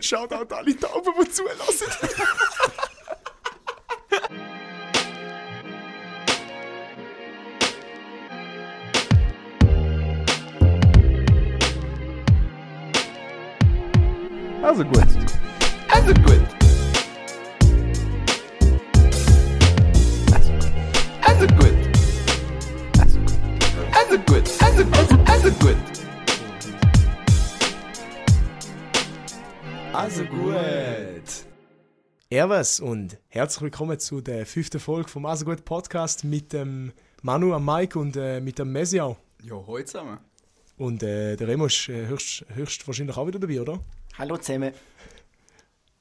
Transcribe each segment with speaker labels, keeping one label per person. Speaker 1: Shoutout alle Tauben, die zulassen.
Speaker 2: Also gut.
Speaker 1: Also gut. Also gut. Also gut. Also gut. Also gut. Also gut.
Speaker 3: Servus und herzlich willkommen zu der fünften Folge vom Also gut Podcast mit dem Manu, am Mike und äh, mit dem Mesiao.
Speaker 1: Jo, heute zusammen.
Speaker 3: Und äh, der Remo ist äh, höchst, höchstwahrscheinlich auch wieder dabei, oder?
Speaker 4: Hallo zusammen.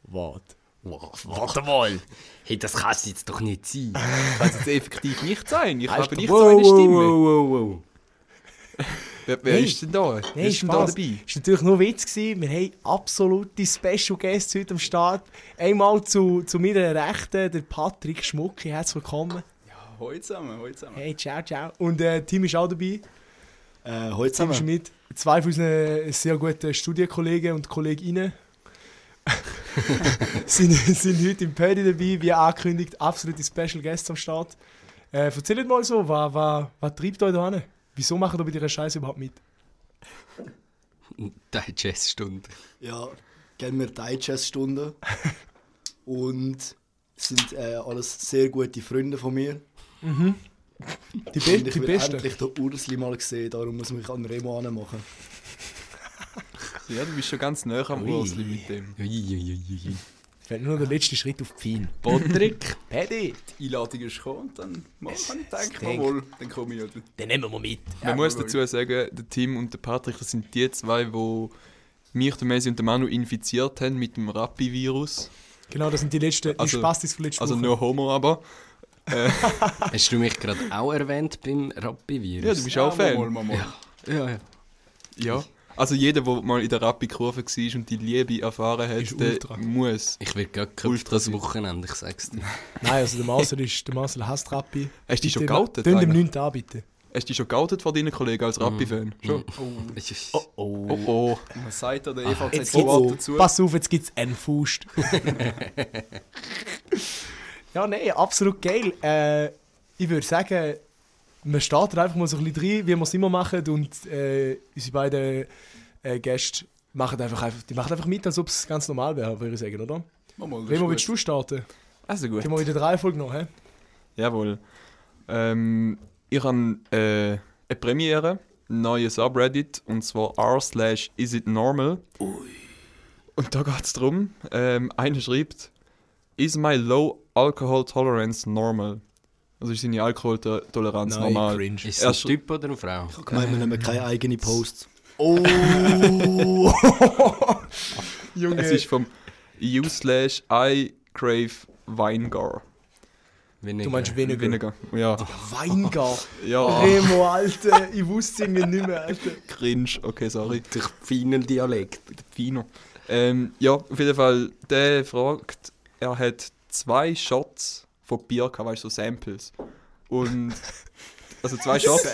Speaker 3: Wart.
Speaker 1: Warte mal.
Speaker 4: Hey, das kann es jetzt doch nicht sein.
Speaker 1: Kann es Also jetzt effektiv nicht sein? Ich
Speaker 4: Weißt
Speaker 1: habe
Speaker 4: du-
Speaker 1: nicht so eine Stimme.
Speaker 4: wow, wow, wow.
Speaker 1: Wer, wer
Speaker 3: Nein.
Speaker 1: ist denn da?
Speaker 3: Nein,
Speaker 1: wer ist denn da
Speaker 3: Spaß.
Speaker 1: dabei?
Speaker 3: Ist natürlich nur Witz gewesen. Wir haben absolute Special Guests heute am Start. Einmal zu, zu meiner Rechten, der Patrick Schmucki. Herzlich willkommen.
Speaker 1: Heute zusammen, heute zusammen.
Speaker 3: Hey, ciao, ciao. Und äh, Tim ist auch dabei.
Speaker 4: Äh, heute
Speaker 3: Tim
Speaker 4: zusammen.
Speaker 3: Schmidt. Zwei von unseren sehr guten Studienkollegen und Kolleginnen sind, sind heute im Pödi dabei. Wie angekündigt, absolute Special Guests am Start. Äh, erzählt mal so, was, was, was treibt euch da hin? Wieso machen ihr bei dieser Scheiße überhaupt mit?
Speaker 5: Da Jazzstunde.
Speaker 6: Ja, geben wir Digest-Stunden. Und es sind äh, alles sehr gute Freunde von mir.
Speaker 3: Die, Be
Speaker 6: Und ich
Speaker 3: die
Speaker 6: will
Speaker 3: Besten.
Speaker 6: endlich den Ursli mal sehen, darum muss ich mich an Remo anmachen.
Speaker 1: Ja, du bist schon ganz nah am Ursli mit dem.
Speaker 5: Uiuiuiui.
Speaker 3: Fällt nur noch der letzte Schritt auf die Pfeil.
Speaker 1: Patrick,
Speaker 3: Paddy,
Speaker 1: die Einladung ist gekommen und dann mal kann ich denken,
Speaker 3: stinkt.
Speaker 1: jawohl, dann komme ich halt ja.
Speaker 3: den nehmen wir mit.
Speaker 2: Man muss dazu sagen, der Tim und der Patrick, das sind die zwei, die mich, der Messi und der Manu infiziert haben mit dem Rappi-Virus.
Speaker 3: Genau, das sind die letzten, die
Speaker 2: Also-
Speaker 3: Spastis von letzter
Speaker 2: Also
Speaker 3: Woche.
Speaker 2: nur Homo, aber.
Speaker 5: Hast du mich gerade auch erwähnt beim Rappi-Virus?
Speaker 2: Ja, du bist auch
Speaker 1: Mal,
Speaker 2: Fan.
Speaker 1: mal, mal.
Speaker 5: Ja, ja.
Speaker 2: Ja. Also jeder, der mal in der Rappi-Kurve war und die Liebe erfahren
Speaker 3: Ist
Speaker 2: hat, der
Speaker 3: Ultra.
Speaker 2: muss.
Speaker 5: Ich werde gerade geköpft
Speaker 2: Ultra
Speaker 5: das
Speaker 2: süß.
Speaker 5: Wochenende, ich sag's dir.
Speaker 3: Nein, also der Mausel ist, der Mausel hasst Rappi.
Speaker 2: Hast du dich schon
Speaker 3: Bitte,
Speaker 2: geoutet?
Speaker 3: Tun dem
Speaker 2: eigentlich?
Speaker 3: nichts an, bitte.
Speaker 2: Hast du dich schon geoutet vor deinen Kollegen als Rappi-Fan? Schon?
Speaker 5: Oh, oh.
Speaker 2: Mm. Oh oh.
Speaker 1: Was sagt da der EVZ
Speaker 3: Jetzt
Speaker 1: so
Speaker 3: gibt's-
Speaker 1: weit dazu?
Speaker 3: Pass auf, jetzt gibt es einen Faust. ja, nein, absolut geil. Äh, ich würde sagen, wir starten einfach mal so ein bisschen rein, wie wir es immer machen. Und äh, unsere beiden äh, Gäste machen einfach, einfach, die machen einfach mit, als ob es ganz normal wäre, würde ich sagen, oder?
Speaker 1: Mal, mal, das ist
Speaker 3: Remo,
Speaker 1: gut.
Speaker 3: willst du starten?
Speaker 2: Also gut.
Speaker 3: Die haben wir wieder drei Folgen noch, hä?
Speaker 2: Jawohl. Ähm, ich habe äh, eine Premiere, ein neues Subreddit, und zwar r slash is it normal. Und da geht es darum, ähm, einer schreibt, is my low alcohol tolerance normal? Also ist seine Alkoholtoleranz normal?
Speaker 3: cringe.
Speaker 5: Ist es
Speaker 2: Erst-
Speaker 5: ein Typ oder eine Frau?
Speaker 1: oh.
Speaker 6: Ich meine, wir nehmen keine eigenen Posts.
Speaker 3: Junge.
Speaker 2: Es ist vom E u slash I crave Weingar.
Speaker 5: Weniger.
Speaker 3: du meinst weniger.
Speaker 2: Weniger. Oh. Ja,
Speaker 3: Weingar.
Speaker 2: ja.
Speaker 3: Remo, Alter, ich wusste irgendwie nicht mehr, Alter.
Speaker 2: cringe. Okay, sorry.
Speaker 5: Durch feinen Dialekt.
Speaker 2: Fino. Ähm, ja, auf jeden Fall, der fragt, er hat zwei Shots von Bier gehabt, weißt du, so Samples. Und. Also zwei Shots,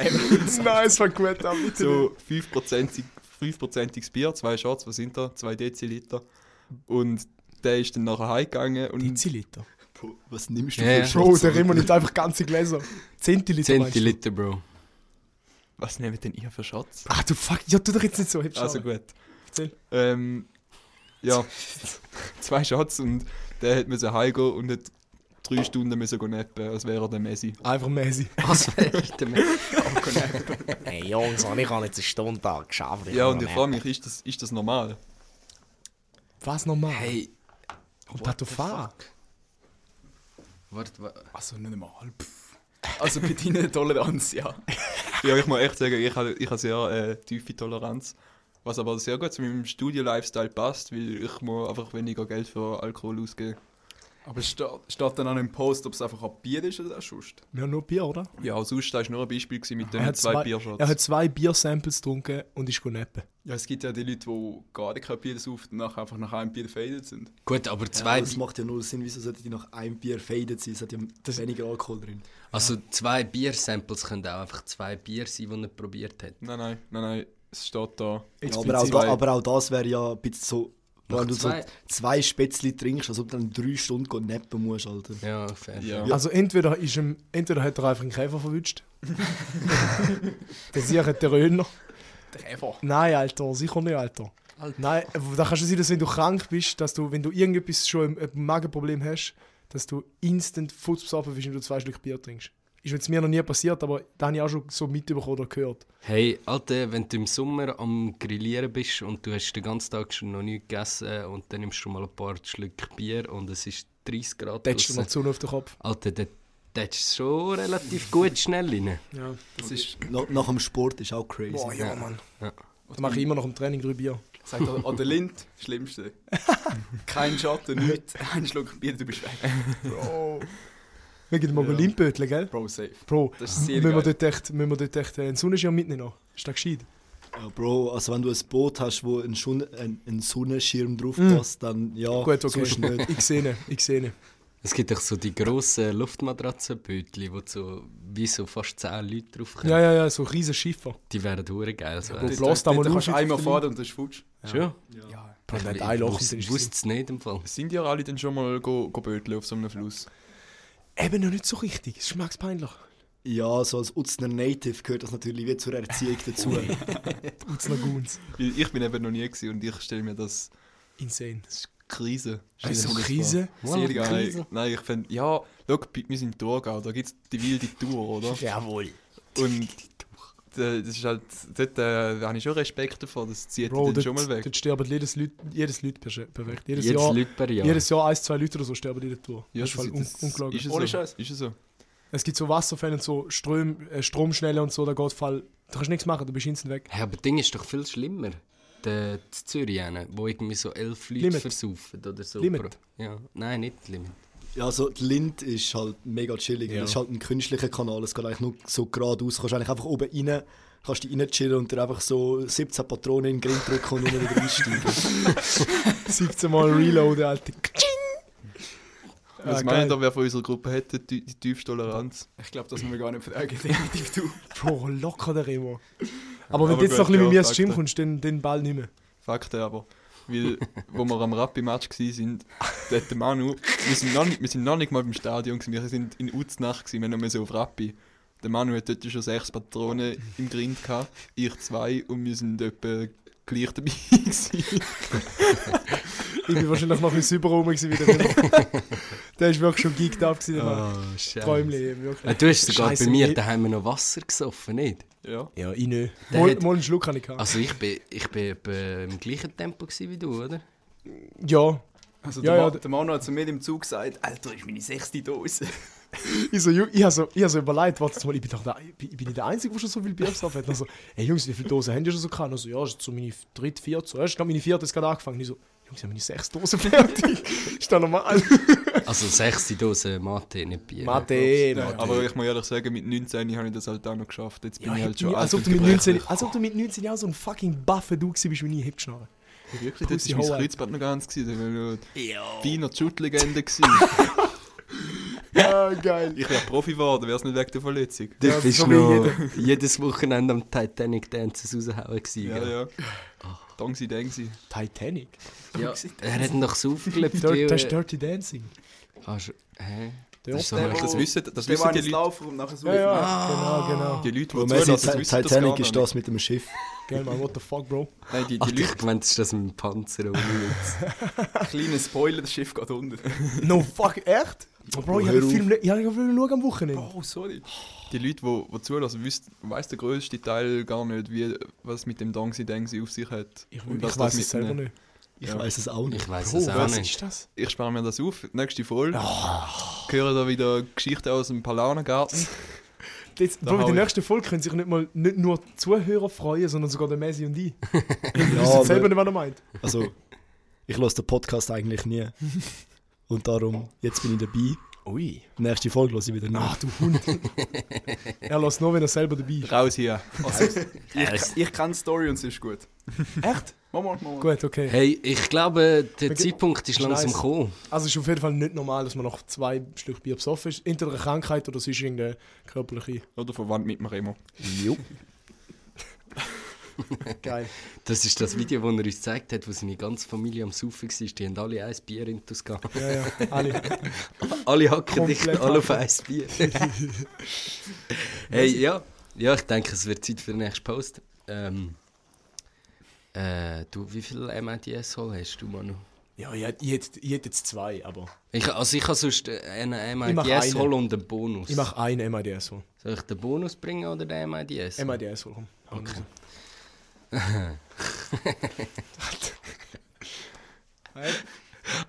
Speaker 3: Nein, es war gut, aber bitte
Speaker 2: so 5%, 5%iges Bier, zwei Shots, was sind da? Zwei Deziliter. Und der ist dann nachher heimgegangen und.
Speaker 3: Deziliter.
Speaker 6: Puh, Was nimmst du
Speaker 5: Ja, ja.
Speaker 6: für
Speaker 3: Bro,
Speaker 6: Shots?
Speaker 3: der Remo nimmt einfach ganze Gläser. Zentiliter meinst du?
Speaker 5: Zentiliter, Bro.
Speaker 2: Was nehmt denn ihr für Shots?
Speaker 3: Ach Ah, du Fuck, ja, tu doch jetzt nicht so hübsch.
Speaker 2: Also
Speaker 3: an.
Speaker 2: gut.
Speaker 3: Erzähl.
Speaker 2: Ähm, ja, zwei Shots und der hat müssen heimgehen und hat drei Stunden müssen gehen nappen, als wäre er der Messi.
Speaker 3: Einfach mäßig.
Speaker 5: Was wäre ich damit?
Speaker 4: Hey Jungs, Mann, ich habe jetzt eine Stunde da geschafft.
Speaker 2: Ja, und ich frage mich, ist das, ist das normal?
Speaker 3: Was nochmal?
Speaker 5: Hey,
Speaker 3: und Tatofan?
Speaker 5: warte, warte.
Speaker 1: Also nicht mal. Pff. Also bei deiner Toleranz, ja.
Speaker 2: Ja, ich muss echt sagen, ich habe ich habe sehr äh, tiefe Toleranz. Was aber sehr gut zu meinem Studio-Lifestyle passt, weil ich muss einfach weniger Geld für Alkohol ausgeben.
Speaker 1: Aber steht, steht dann an einem Post, ob es einfach ein Bier ist oder sonst?
Speaker 3: Wir haben nur Bier, oder?
Speaker 2: Ja, auch sonst das war nur ein Beispiel gewesen mit
Speaker 3: er,
Speaker 2: den
Speaker 3: hat
Speaker 2: zwei Biershots.
Speaker 3: er hat zwei Bier-Samples getrunken und ist genappen.
Speaker 1: Ja, es gibt ja die Leute, die gar kein Bier saufen und nachher einfach nach einem Bier faded sind.
Speaker 5: Gut, aber zwei,
Speaker 6: Ja, das macht ja null Sinn, wieso sollten die nach einem Bier faded sein? Es hat ja weniger Alkohol drin.
Speaker 5: also zwei Bier-Samples können auch einfach zwei Bier sein, die er probiert hat.
Speaker 2: Nein, nein, nein, nein, es steht da.
Speaker 6: Ja, aber, auch da, aber auch das wäre ja ein bisschen so Wenn du
Speaker 5: zwei-
Speaker 6: so zwei Spätzli trinkst, als ob du dann drei Stunden gehen nappen musst, Alter.
Speaker 5: Ja, fair.
Speaker 1: Ja.
Speaker 3: Also entweder, ist ihm, entweder hat er einfach einen Käfer verwünscht. der sicher der Röner.
Speaker 1: Der Käfer.
Speaker 3: Nein, Alter, sicher nicht, Alter.
Speaker 1: Halt.
Speaker 3: Nein, da kannst du sein, dass wenn du krank bist, dass du, wenn du irgendetwas schon ein Magenproblem hast, dass du instant futzbesoffen bist, wenn du zwei Stück Bier trinkst. Ist jetzt mir noch nie passiert, aber da habe ich auch schon so mitbekommen oder gehört.
Speaker 5: Hey, Alter, wenn du im Sommer am Grillieren bist und du hast den ganzen Tag schon noch nichts gegessen und dann nimmst du mal ein paar Schlücke Bier und es ist 30 Grad
Speaker 3: Tätschst du noch
Speaker 5: draussen.
Speaker 3: zu auf den Kopf.
Speaker 5: Alter, der tätschst schon relativ gut schnell rein.
Speaker 3: Ja.
Speaker 1: Das ist,
Speaker 6: Na, nach dem Sport ist auch crazy.
Speaker 3: Boah, ja, Mann.
Speaker 5: Ja.
Speaker 3: Da mache ich immer noch im Training drei Bier.
Speaker 1: sagt an an der Lind, Schlimmste. Kein Schatten, nichts. Ein Schluck Bier, du bist weg.
Speaker 3: Bro. Wir gehen mal
Speaker 1: Oh. Ja.
Speaker 3: ja. Limmbötle, gell?
Speaker 1: Bro, safe.
Speaker 3: Bro,
Speaker 1: Das ist sehr
Speaker 3: müssen wir
Speaker 1: geil.
Speaker 3: dort echt, müssen wir dort echt äh, einen Sonnenschirm mitnehmen? noch? Ist das gescheit?
Speaker 6: Ja, Bro, also wenn du ein Boot hast, wo ein, Schun ein, ein Sonnenschirm drauf
Speaker 3: Mm.
Speaker 6: passt, dann ja,
Speaker 3: Gut, okay.
Speaker 6: sonst nicht.
Speaker 3: Ich sehe ihn, ich sehe ihn.
Speaker 5: Es gibt doch so die grossen Luftmatratzenbötchen, wo so, wie so fast 10 Leute drauf können.
Speaker 3: Ja, ja, ja, so riesen Schiffer.
Speaker 5: Die wären hure geil. So.
Speaker 3: Gut,
Speaker 1: Du
Speaker 3: lass
Speaker 5: Ja,
Speaker 1: kannst
Speaker 3: da mal
Speaker 1: du kannst
Speaker 3: auf,
Speaker 1: einmal
Speaker 3: auf der
Speaker 1: fahren und das ist futsch.
Speaker 5: Schon?
Speaker 1: Ja.
Speaker 3: Bro, der hat ein Loch und dann ist
Speaker 5: Ich
Speaker 3: es.
Speaker 5: wusste es nicht im Fall.
Speaker 2: Sind ihr alle denn schon mal go, go böteln auf so einem Fluss?
Speaker 3: Eben noch nicht so richtig. Es ist Max Peinlich.
Speaker 6: Ja, so als Utzner Native gehört das natürlich wie zur Erziehung dazu.
Speaker 3: Utzler Guns.
Speaker 2: Weil ich bin eben noch nie gewesen und ich stelle mir das,
Speaker 3: Insane.
Speaker 2: das ist Krise. Stell
Speaker 3: Also
Speaker 2: mir das
Speaker 3: Krise.
Speaker 2: vor. Sehr geil.
Speaker 5: Krise.
Speaker 2: Nein, Nein, ich finde, ja, schau, wir sind in Thurgau, da gibt es die wilde Tour, oder?
Speaker 4: Jawohl.
Speaker 2: Und äh, das ist halt, dort äh, habe ich schon Respekt davor, das zieht
Speaker 3: Bro,
Speaker 2: dich dann
Speaker 3: dort,
Speaker 2: schon mal weg.
Speaker 3: dort sterben jedes Leute, jedes Leute per, per Weg. Jedes,
Speaker 5: Jedes
Speaker 3: Jahr,
Speaker 5: Leute per Jahr.
Speaker 3: jedes Jahr ein, zwei Leute oder so sterben in der Tour.
Speaker 2: Ja,
Speaker 3: das ist voll un
Speaker 2: das-
Speaker 3: ungelogen.
Speaker 2: Ist es
Speaker 1: Ohne
Speaker 2: so?
Speaker 1: Scheiß.
Speaker 2: Ist es so?
Speaker 3: Es gibt so Wasserfälle und so Ström, äh, Stromschnelle und so, da geht Fall. Da kannst du nichts machen, du bist instant weg.
Speaker 5: Hey, aber das Ding ist doch viel schlimmer. Der die Zürich, einer, wo irgendwie so elf Leute
Speaker 3: Limit.
Speaker 5: versaufen oder so.
Speaker 3: Limit.
Speaker 5: pro- Ja. Nein, nicht Limit.
Speaker 6: ja, also die Lind ist halt mega chillig.
Speaker 3: Ja.
Speaker 6: Das ist halt ein künstlicher Kanal. Es geht eigentlich nur so geradeaus. Du kannst eigentlich einfach oben rein, kannst dich rein chillen und dir einfach so 17 Patronen in den Grind drücken und unten wieder einsteigen.
Speaker 3: 17 Mal reloaden, Alter.
Speaker 2: Was
Speaker 3: Ah,
Speaker 2: meint
Speaker 3: geil.
Speaker 2: ihr, wer von unserer Gruppe hätte die, die tiefste Toleranz?
Speaker 1: Ich glaube, das müssen wir gar nicht fragen. Definitiv du.
Speaker 3: Bro, locker der Remo. Aber wenn
Speaker 2: Aber
Speaker 3: du jetzt
Speaker 2: gut,
Speaker 3: noch ein bisschen mit
Speaker 2: ja,
Speaker 3: mir ins
Speaker 2: sagt
Speaker 3: Gym
Speaker 2: er.
Speaker 3: kommst, dann den Ball nicht mehr.
Speaker 2: Fakten aber. Weil, wo wir am Rappi-Match waren, da hat der Manu, wir sind, noch nicht, wir sind noch nicht mal im Stadion, gewesen, wir sind in Uznacht, gewesen, wir haben noch mal so auf Rappi. Der Manu hat dort schon sechs Patronen im Grind gehabt, ich zwei und wir sind etwa gleich dabei gewesen.
Speaker 3: Ich bin wahrscheinlich noch ein bisschen sauberer rum gewesen wie der Remo. der ist wirklich schon geeked ab gewesen, der
Speaker 2: Ah,
Speaker 3: Mann.
Speaker 6: Ah,
Speaker 5: Oh, Scheiße.
Speaker 3: Träumchen, wirklich.
Speaker 5: Äh, Du hast sogar
Speaker 3: Scheiße,
Speaker 5: bei mir
Speaker 3: ich-
Speaker 5: daheim noch Wasser gesoffen, nicht?
Speaker 2: Ja.
Speaker 3: Ja, ich nicht.
Speaker 5: Der
Speaker 3: Mal,
Speaker 5: hat-
Speaker 3: mal einen Schluck habe ich gehabt.
Speaker 5: Also ich bin, ich bin etwa im gleichen Tempo gewesen wie du, oder?
Speaker 3: Ja.
Speaker 1: Also
Speaker 3: Ja,
Speaker 1: der,
Speaker 3: ja,
Speaker 1: Ma
Speaker 3: d-
Speaker 1: der Manu hat zu mir im Zug gesagt, Alter, ist meine sechste Dose.
Speaker 3: Ich, so, Ju- ich habe so, ich hab so überlegt, warte mal, ich bin doch der, ich bin ich bin nicht der Einzige, der schon so viel Bier besoffen hat. Also, hey Jungs, wie viele Dosen habt ihr schon so gehabt? Also, ja, das ist so meine dritte, vierte. So, ja, ich glaube, meine vierte ist gerade angefangen. Ich so, Jungs, ich habe meine sechs Dosen fertig. ist das normal?
Speaker 5: Also sechste Dose Mate, nicht Bier.
Speaker 3: Mate,
Speaker 2: Aber ich muss ehrlich sagen, mit 19 habe ich das halt auch noch geschafft. Jetzt bin
Speaker 3: Ja,
Speaker 2: ich
Speaker 3: hebt
Speaker 2: halt schon
Speaker 3: mich, als,
Speaker 2: alt
Speaker 3: ob du also
Speaker 2: und
Speaker 3: mit 19,
Speaker 2: gebrechlich.
Speaker 3: als ob du mit 19 Jahren so ein fucking buffer du gewesen bist, wie ich Hipschnarre.
Speaker 2: Wirklich, das
Speaker 3: Pussy
Speaker 2: war mein
Speaker 3: Hole.
Speaker 2: Kreuzband noch ganz, gewesen, da war ich noch feiner Schutlegende. gewesen.
Speaker 3: Ja, geil.
Speaker 2: Ich wäre Profi geworden, wäre es nicht wegen der Verletzung.
Speaker 5: Du
Speaker 3: Ja,
Speaker 5: bist
Speaker 3: so wie
Speaker 5: noch jedes Wochenende am Titanic Dances raushauen gewesen.
Speaker 2: Ja,
Speaker 5: gell?
Speaker 2: ja. Dangsi, Dangsi.
Speaker 3: Titanic.
Speaker 5: Ja, er hat ihn doch so aufgelebt.
Speaker 3: Dir-
Speaker 5: wie-
Speaker 3: Das ist Dirty Dancing.
Speaker 5: Ah, sch- hä?
Speaker 3: Der
Speaker 5: Das ist so
Speaker 1: der,
Speaker 5: hart.
Speaker 1: wo-
Speaker 2: Das wissen, das
Speaker 1: Der
Speaker 2: wissen
Speaker 1: war
Speaker 2: die
Speaker 1: ins
Speaker 2: Leute,
Speaker 1: Laufen und nachher so.
Speaker 3: Ja, ja, genau, genau.
Speaker 2: die Leute,
Speaker 6: Bro,
Speaker 2: die
Speaker 6: wir
Speaker 2: zuhören,
Speaker 6: sind
Speaker 2: das wissen das gar
Speaker 6: Titanic ist
Speaker 2: nicht.
Speaker 6: das mit dem Schiff.
Speaker 3: Gell, man, what the fuck, Bro?
Speaker 2: Nein, die,
Speaker 5: Ach,
Speaker 2: die
Speaker 5: ich
Speaker 2: Leute,
Speaker 5: gemeint, das ist das mit dem Panzer ohne Witz.
Speaker 1: Kleiner Spoiler, das Schiff geht unter.
Speaker 3: No fuck, echt? Oh, Bro, ich
Speaker 6: hör
Speaker 3: habe den
Speaker 6: auf.
Speaker 3: Film nicht, ich habe schauen am Wochenende.
Speaker 1: Oh, sorry.
Speaker 2: die Leute, die, die zuhören, wissen, weiss der grösste Teil gar nicht, wie, was mit dem Dangsi Dangsi auf sich hat.
Speaker 3: Ich,
Speaker 2: Und
Speaker 3: ich
Speaker 2: was
Speaker 3: weiß
Speaker 2: das
Speaker 3: es selber
Speaker 2: mitnehmen.
Speaker 3: nicht.
Speaker 6: Ich
Speaker 2: Ja.
Speaker 6: weiß es auch nicht.
Speaker 5: Ich weiß
Speaker 3: Bro,
Speaker 5: es auch
Speaker 3: Oh, was
Speaker 5: nicht.
Speaker 3: ist das?
Speaker 2: Ich spare mir das auf. Nächste Folge.
Speaker 3: Ah.
Speaker 2: Hören da wieder Geschichten aus dem Palanengarten.
Speaker 3: Jetzt,
Speaker 2: Da
Speaker 3: Bro, in
Speaker 2: hau
Speaker 3: der
Speaker 2: ich-
Speaker 3: nächsten Folge können sich nicht, mal, nicht nur die Zuhörer freuen, sondern sogar der Messi und ich.
Speaker 6: Ja,
Speaker 3: Ich weiß
Speaker 6: aber-
Speaker 3: selber nicht, was er meint.
Speaker 6: Also, ich lasse den Podcast eigentlich nie. Und darum, jetzt bin ich dabei.
Speaker 3: Ui.
Speaker 6: Nächste Folge lasse ich wieder nach.
Speaker 3: Ach, du Hund. er lässt nur, wenn er selber dabei ist.
Speaker 2: Raus hier.
Speaker 1: Ich, ich kenne die Story und es ist gut.
Speaker 3: Echt?
Speaker 1: Mach mal, mach mal.
Speaker 3: Gut, okay.
Speaker 5: Hey, ich glaube, der
Speaker 3: Okay.
Speaker 5: Zeitpunkt ist langsam
Speaker 3: Scheiße.
Speaker 5: gekommen.
Speaker 3: Also es ist auf jeden Fall nicht normal, dass man noch zwei Stück Bier besoffen ist. Entweder eine Krankheit oder sonst irgendeine körperliche.
Speaker 2: Oder verwandt mit mir immer.
Speaker 3: Geil.
Speaker 5: Das ist das Video, das er uns gezeigt hat, wo seine ganze Familie am Saufen war. Die haben alle ein Bier in das gehabt.
Speaker 3: Ja, ja. Alle.
Speaker 5: Alle hacken dich
Speaker 3: Komplett
Speaker 5: alle auf ein Bier. hey, ja. ja, ich denke, es wird Zeit für den nächsten Post. Ähm, äh, du, wie viel MIDS hol hast du, Manu?
Speaker 3: Ja, ich hätte ich hätte- ich hätte jetzt zwei, aber
Speaker 5: Ich, also ich kann sonst äh, einen
Speaker 3: mache
Speaker 5: MIDS
Speaker 3: einen.
Speaker 5: holen und einen Bonus.
Speaker 3: ich mache einen MIDS hol.
Speaker 5: Soll ich den Bonus bringen oder den MIDS?
Speaker 3: MIDS hol. komm.
Speaker 5: Okay.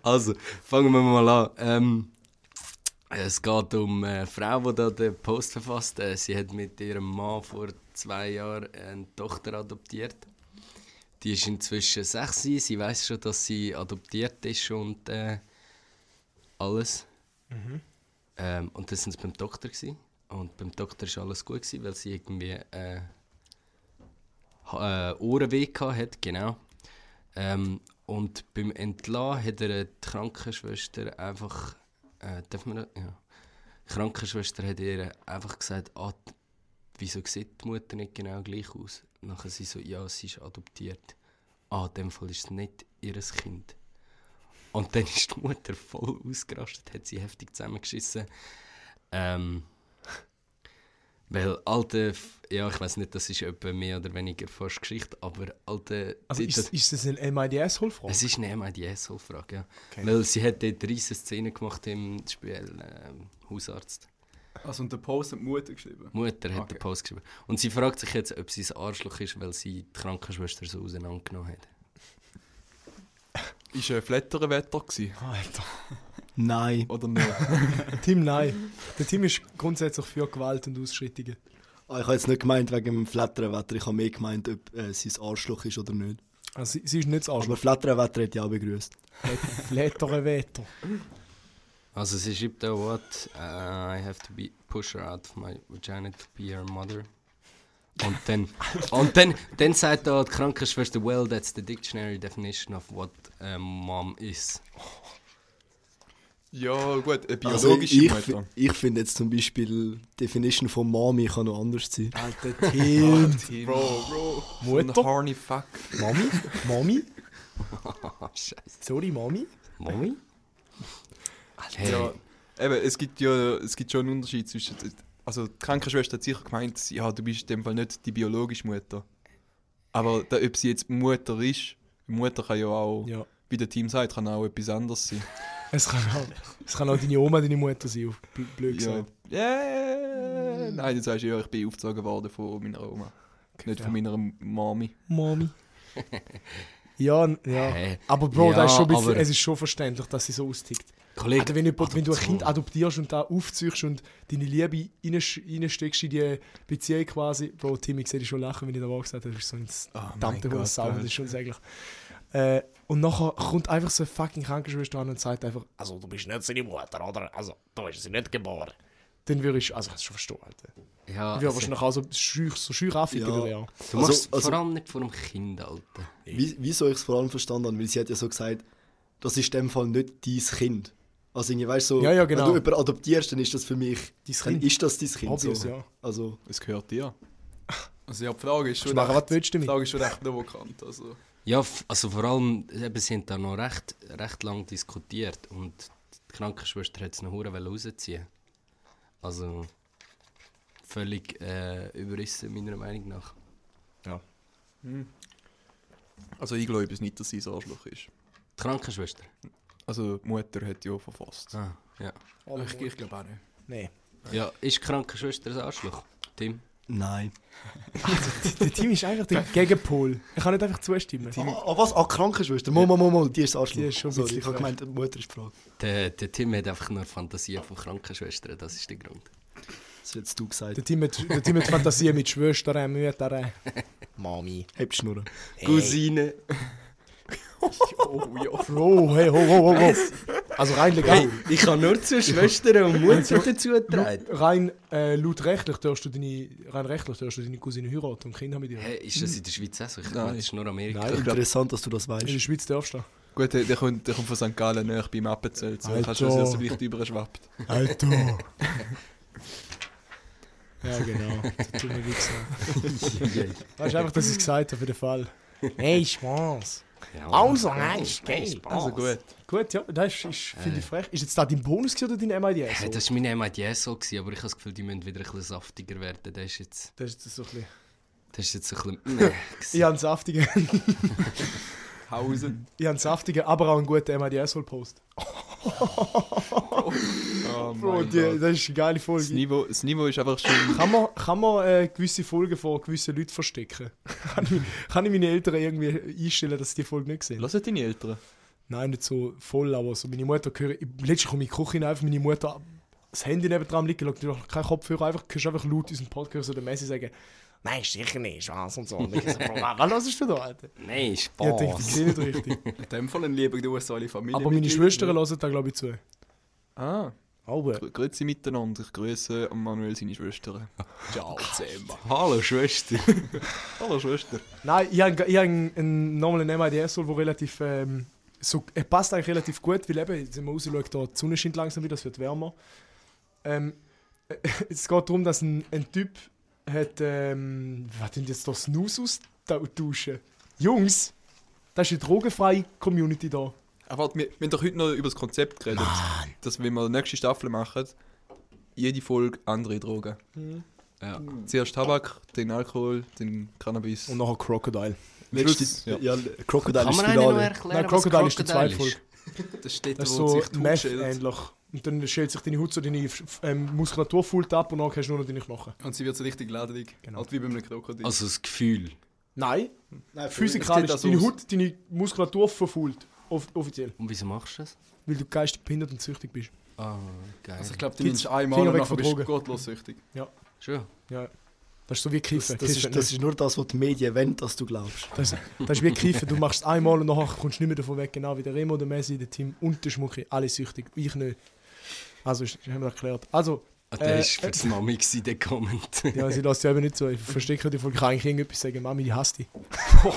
Speaker 5: Also, fangen wir mal an. Ähm, es geht um eine Frau, die da den Post verfasst. Äh, Sie hat mit ihrem Mann vor zwei Jahren eine Tochter adoptiert. Die ist inzwischen sechs. Sie weiß schon, dass sie adoptiert ist und äh, alles. Ähm, und dann sind sie beim Doktor. Gewesen. Und beim Doktor war alles gut, gewesen, weil sie irgendwie äh, ha- äh, Ohrenweh gehabt hat, genau. Ähm, und beim Entlassen hat er äh, die Krankenschwester einfach. Äh, darf man das? Ja. Die Krankenschwester hat ihr einfach gesagt, ah, d- wieso sieht die Mutter nicht genau gleich aus? Nachher sie so, ja, sie ist adoptiert. Ah, in dem Fall ist es nicht ihr Kind. Und dann ist die Mutter voll ausgerastet, hat sie heftig zusammengeschissen. Ähm, weil, alte, ja, ich weiß nicht, das ist etwa mehr oder weniger fast Geschichte, aber alte.
Speaker 3: Also
Speaker 5: die- das-
Speaker 3: ist, ist das ein MIDS hol
Speaker 5: es ist eine MIDS-Frage, ja.
Speaker 3: Okay.
Speaker 5: Weil sie hat dort riesige Szenen gemacht im Spiel ähm, Hausarzt.
Speaker 1: Also, und der Post hat die Mutter geschrieben.
Speaker 5: Mutter hat
Speaker 3: Ah,
Speaker 1: Okay.
Speaker 5: den Post geschrieben. Und sie fragt sich jetzt, ob sie ein Arschloch ist, weil sie die Krankenschwester so auseinandergenommen hat.
Speaker 2: Ist ein Flatterwetter gewesen,
Speaker 3: Alter.
Speaker 6: Nein.
Speaker 2: oder nicht?
Speaker 3: Tim, nein. Der Tim ist grundsätzlich für Gewalt und Ausschreitungen.
Speaker 6: Ah, ich habe jetzt nicht gemeint wegen dem Flatterwetter, ich habe mehr gemeint, ob äh, sein Arschloch ist oder nicht.
Speaker 3: Also sie, sie ist nicht das
Speaker 6: Aber
Speaker 3: Arschloch.
Speaker 6: Flatterwetter hat ja auch begrüßt.
Speaker 3: Flattere Wetter.
Speaker 5: Also sie schreibt da, what? Uh, I have to be push her out of my vagina to be her mother. Und dann, und dann, dann sagt da die Krankenschwester, well, that's the dictionary definition of what a mom is.
Speaker 2: ja, gut, eine
Speaker 6: Also
Speaker 2: biologische
Speaker 6: ich,
Speaker 2: Mutter.
Speaker 6: ich finde jetzt zum Beispiel die Definition von Mami kann noch anders sein.
Speaker 3: Alter Tim.
Speaker 2: Bro, Bro. Ein
Speaker 3: Mutter.
Speaker 2: horny fuck.
Speaker 3: Mami. Mami.
Speaker 5: Ah, scheiße.
Speaker 3: Sorry, Mami.
Speaker 5: Mami? Hey.
Speaker 2: Ja, eben, es gibt ja es gibt schon einen Unterschied zwischen. Also, die Krankenschwester hat sicher gemeint, ja, du bist in dem Fall nicht die biologische Mutter. Aber da, ob sie jetzt Mutter ist, Mutter kann ja auch,
Speaker 3: Ja.
Speaker 2: wie der Team sagt, kann auch etwas anderes sein.
Speaker 3: Es kann auch, es kann auch deine Oma, deine Mutter sein, auf bl- blöd
Speaker 2: Ja.
Speaker 3: gesagt.
Speaker 2: Yeah. Nein, dann sagst du ja, ich bin aufgezogen worden von meiner Oma. Nicht von meiner Mami.
Speaker 3: Mami. Ja, n- ja.
Speaker 5: Hey.
Speaker 3: Aber Bro, das ist
Speaker 5: Ja,
Speaker 3: schon ein bisschen,
Speaker 5: aber-
Speaker 3: es ist schon verständlich, dass sie so austickt.
Speaker 5: Kollege,
Speaker 3: Alter, wenn, jemand, wenn du ein
Speaker 5: Adoption.
Speaker 3: Kind adoptierst und da aufziehst und deine Liebe reinsch- reinsteckst in die Beziehung quasi, Bro, Timmy, ich sehe dich schon lachen, wenn ich da mal gesagt habe, das ist so ein verdammter
Speaker 2: mein
Speaker 3: oh
Speaker 2: Gott,
Speaker 3: Sound, das
Speaker 2: Alter.
Speaker 3: ist schon säglich. Äh, und nachher kommt einfach so eine fucking Krankenschwester an und sagt einfach,
Speaker 4: Also, du bist nicht seine Mutter, oder? Also, du bist sie nicht geboren.
Speaker 3: dann würde ich, also ich kann es schon verstehen, Alter.
Speaker 5: Ja,
Speaker 3: Ich würde
Speaker 5: also,
Speaker 3: wahrscheinlich auch so schüch, so schüch anficken,
Speaker 6: Ja.
Speaker 3: oder ja.
Speaker 5: du
Speaker 6: also-
Speaker 5: machst es
Speaker 6: also-
Speaker 5: vor allem nicht vor dem Kind, Alter.
Speaker 6: Wie, wieso ich es vor allem verstanden habe, weil sie hat ja so gesagt, das ist in dem Fall nicht dein Kind. Also irgendwie, weißt du, so,
Speaker 3: Ja, ja, genau.
Speaker 6: wenn du jemanden adoptierst, dann ist das für mich,
Speaker 3: Dein
Speaker 6: dann
Speaker 3: Kind.
Speaker 6: ist das dein Kind.
Speaker 3: Obvious,
Speaker 6: so.
Speaker 3: ja.
Speaker 6: Also,
Speaker 2: Es gehört dir.
Speaker 1: Also, ja, die Frage ist schon.
Speaker 3: Kannst machen, was du willst
Speaker 1: Die
Speaker 3: damit.
Speaker 1: Frage ist schon recht provokant. Also,
Speaker 5: Ja, f- also vor allem, eben, sie haben da noch recht, recht lang diskutiert und die Krankenschwester hat es noch hure wollen rausziehen. Also völlig äh, überrissen, meiner Meinung nach.
Speaker 2: Also, ich glaube es nicht, dass sie ein Arschloch ist.
Speaker 5: Die Krankenschwester?
Speaker 2: Also, die Mutter hat ja verfasst.
Speaker 5: Ah, ja.
Speaker 3: Oh,
Speaker 1: ich, ich glaube auch nicht.
Speaker 3: Nein.
Speaker 5: Ja, ist die Krankenschwester ein Arschloch? Tim?
Speaker 6: nein.
Speaker 3: Der Tim ist einfach der Gegenpol. Ich kann nicht einfach zustimmen.
Speaker 6: Ah, ah, was? Ah, Krankenschwester? Mal, mal, mal, mal, die ist das Arschloch.
Speaker 3: Die ist schon ein
Speaker 6: Sorry,
Speaker 3: bisschen
Speaker 6: ich habe gemeint, die Mutter ist die Frage.
Speaker 5: Der, der Tim hat einfach nur Fantasien von Krankenschwestern, das ist der Grund.
Speaker 6: Das hättest du gesagt.
Speaker 3: Der Tim hat, der Tim hat Fantasien mit Schwestern, Müttern.
Speaker 4: Mami.
Speaker 6: Hab Schnurren.
Speaker 5: Cousine!
Speaker 3: Oh ja. Bro, hey, ho, ho, ho, ho. Also rein legal.
Speaker 5: ich kann nur zu Schwestern und Mutter dazu tragen.
Speaker 3: Rein äh, laut rechtlich darfst du deine, rein rechtlich darfst du deine Cousine heiraten und Kinder mit ihr.
Speaker 5: Hey, ist das in der Schweiz auch so? Ich
Speaker 2: Nein.
Speaker 5: meine, das ist nur Amerika.
Speaker 3: Nein.
Speaker 6: Interessant, dass du das
Speaker 3: In der
Speaker 6: weißt.
Speaker 3: Schweiz darfst du.
Speaker 2: Gut, der, der, kommt, der kommt von St. Gallen näher beim Appenzell. So, kannst du
Speaker 3: Alter.
Speaker 2: das vielleicht überschwappt.
Speaker 3: Alter. Ja, genau. Das tut mir wie gesagt. Weißt du einfach, dass ich es gesagt habe für den Fall.
Speaker 4: Hey, Spaß.
Speaker 5: Ja,
Speaker 4: Also, nein, Spaß.
Speaker 5: Ah.
Speaker 2: Also gut.
Speaker 3: Gut, ja, das ist, ist finde ich frech. Ist jetzt da dein Bonus gewesen oder dein MIDS?
Speaker 5: Hey, das war mein MIDS so, gewesen, aber ich habe das Gefühl, die müssen wieder ein bisschen saftiger werden. Das ist jetzt,
Speaker 3: das ist so ein bisschen.
Speaker 5: das ist jetzt ein bisschen... Meh gewesen.
Speaker 3: Ich habe einen saftigen,
Speaker 1: Hausen.
Speaker 3: ich habe einen saftigen, aber auch einen guten MIDS-Post.
Speaker 2: Oh mein
Speaker 3: Bro, die,
Speaker 2: Gott.
Speaker 3: das ist eine geile
Speaker 2: das,
Speaker 3: Folge.
Speaker 2: Niveau, das Niveau ist einfach schon.
Speaker 3: Kann man, kann man äh, gewisse Folgen von gewissen Leuten verstecken? kann, ich, kann ich meine Eltern irgendwie einstellen, dass sie die Folge nicht sehen?
Speaker 2: Lassen deine Eltern.
Speaker 3: Nein, nicht so voll, aber so meine Mutter höre. ich- Letztens komme ich in die Küche hinein, einfach meine Mutter das Handy neben dran liegen, schaut noch keinen Kopfhörer, einfach, hörst einfach laut unseren Podcast oder Messi sagen:
Speaker 4: Nein, sicher nicht, Spaß und so. Und ich so,
Speaker 3: Was hörst du da, Alter?
Speaker 5: Nein,
Speaker 3: Ich
Speaker 5: Spaß.
Speaker 3: denke, die sehen nicht richtig.
Speaker 1: In dem Fall ein lieber du so alle Familie.
Speaker 3: Aber meine Schwestern hören da, glaube ich, zu.
Speaker 2: Ah,
Speaker 3: Aber.
Speaker 2: grü- grüezi miteinander. Ich grüße Manuel seine Schwestern.
Speaker 1: Ciao zusammen.
Speaker 5: Hallo Schwester.
Speaker 2: Hallo Schwester.
Speaker 3: Nein, ich habe ich hab einen- einen- nochmal einen MIDS, der relativ. Ähm, so, er passt eigentlich relativ gut, weil eben, jetzt, wenn man rausschaut, da, die Sonne scheint langsam wieder, es wird wärmer. Ähm, es geht darum, dass ein, ein Typ hat. Ähm, was denn jetzt da Snus austauschen? Jungs, das ist eine drogenfreie Community da.
Speaker 2: Aber Ah, warte, wir, wir haben doch heute noch über das Konzept geredet. Dass wenn wir die nächste Staffel machen, jede Folge andere Drogen.
Speaker 5: Mhm. Ja.
Speaker 2: Zuerst Tabak, dann Alkohol, dann Cannabis.
Speaker 6: Und nachher Crocodile.
Speaker 2: Letztes-
Speaker 6: Letztes, ja. ja, Crocodile
Speaker 5: Kann
Speaker 6: ist
Speaker 5: man
Speaker 6: das
Speaker 5: eigentlich noch
Speaker 6: Finale.
Speaker 5: erklären,
Speaker 3: Nein,
Speaker 5: was
Speaker 3: Crocodile ist die
Speaker 5: Crocodile
Speaker 3: zweite Folge.
Speaker 1: Das steht,
Speaker 3: Das ist
Speaker 1: wo
Speaker 3: so
Speaker 1: sich die Haut schält.
Speaker 3: Meth-ähnlich. Und dann schält sich deine Haut so, deine f- ähm, Muskulatur fullt ab und dann hast du nur noch deine Knochen.
Speaker 1: Und sie wird so richtig ladrig.
Speaker 3: Genau.
Speaker 1: Halt wie bei einem Krokodil.
Speaker 5: Also das Gefühl.
Speaker 3: Nein,
Speaker 6: Nein,
Speaker 3: Äh, Physikalisch,
Speaker 1: das sieht das
Speaker 3: deine
Speaker 1: aus.
Speaker 3: Haut, deine Muskulatur verfault. Off offiziell.
Speaker 5: Und wieso machst du das?
Speaker 3: Weil du geistig behindert und süchtig bist.
Speaker 5: Ah, geil.
Speaker 1: Also ich glaube, die
Speaker 3: Finger
Speaker 1: nimmst du einmal
Speaker 3: weg
Speaker 1: und nachher
Speaker 3: von
Speaker 1: bist du
Speaker 3: Drogen.
Speaker 1: gottlos süchtig.
Speaker 5: Schon.
Speaker 3: Das ist so wie
Speaker 6: Das,
Speaker 3: Kiffen.
Speaker 6: das,
Speaker 3: Kiffen
Speaker 6: ist, das ist nur das, was die Medien wollen, dass du glaubst.
Speaker 3: das, das ist wie Kiffen. Du machst es einmal und nachher kommst du nicht mehr davon weg. Genau wie der Remo, der Messi, der Tim und der Schmucki. Alle süchtig. Ich nicht. Also, ist, haben wir erklärt. Also,
Speaker 5: Ah, der
Speaker 3: Äh,
Speaker 5: ist für die Mami gewesen, der Comment.
Speaker 3: ja, sie lässt ja eben nicht so. Ich verstecke die Folge. Ich kann eigentlich irgendetwas sagen. Mami, die hasst dich.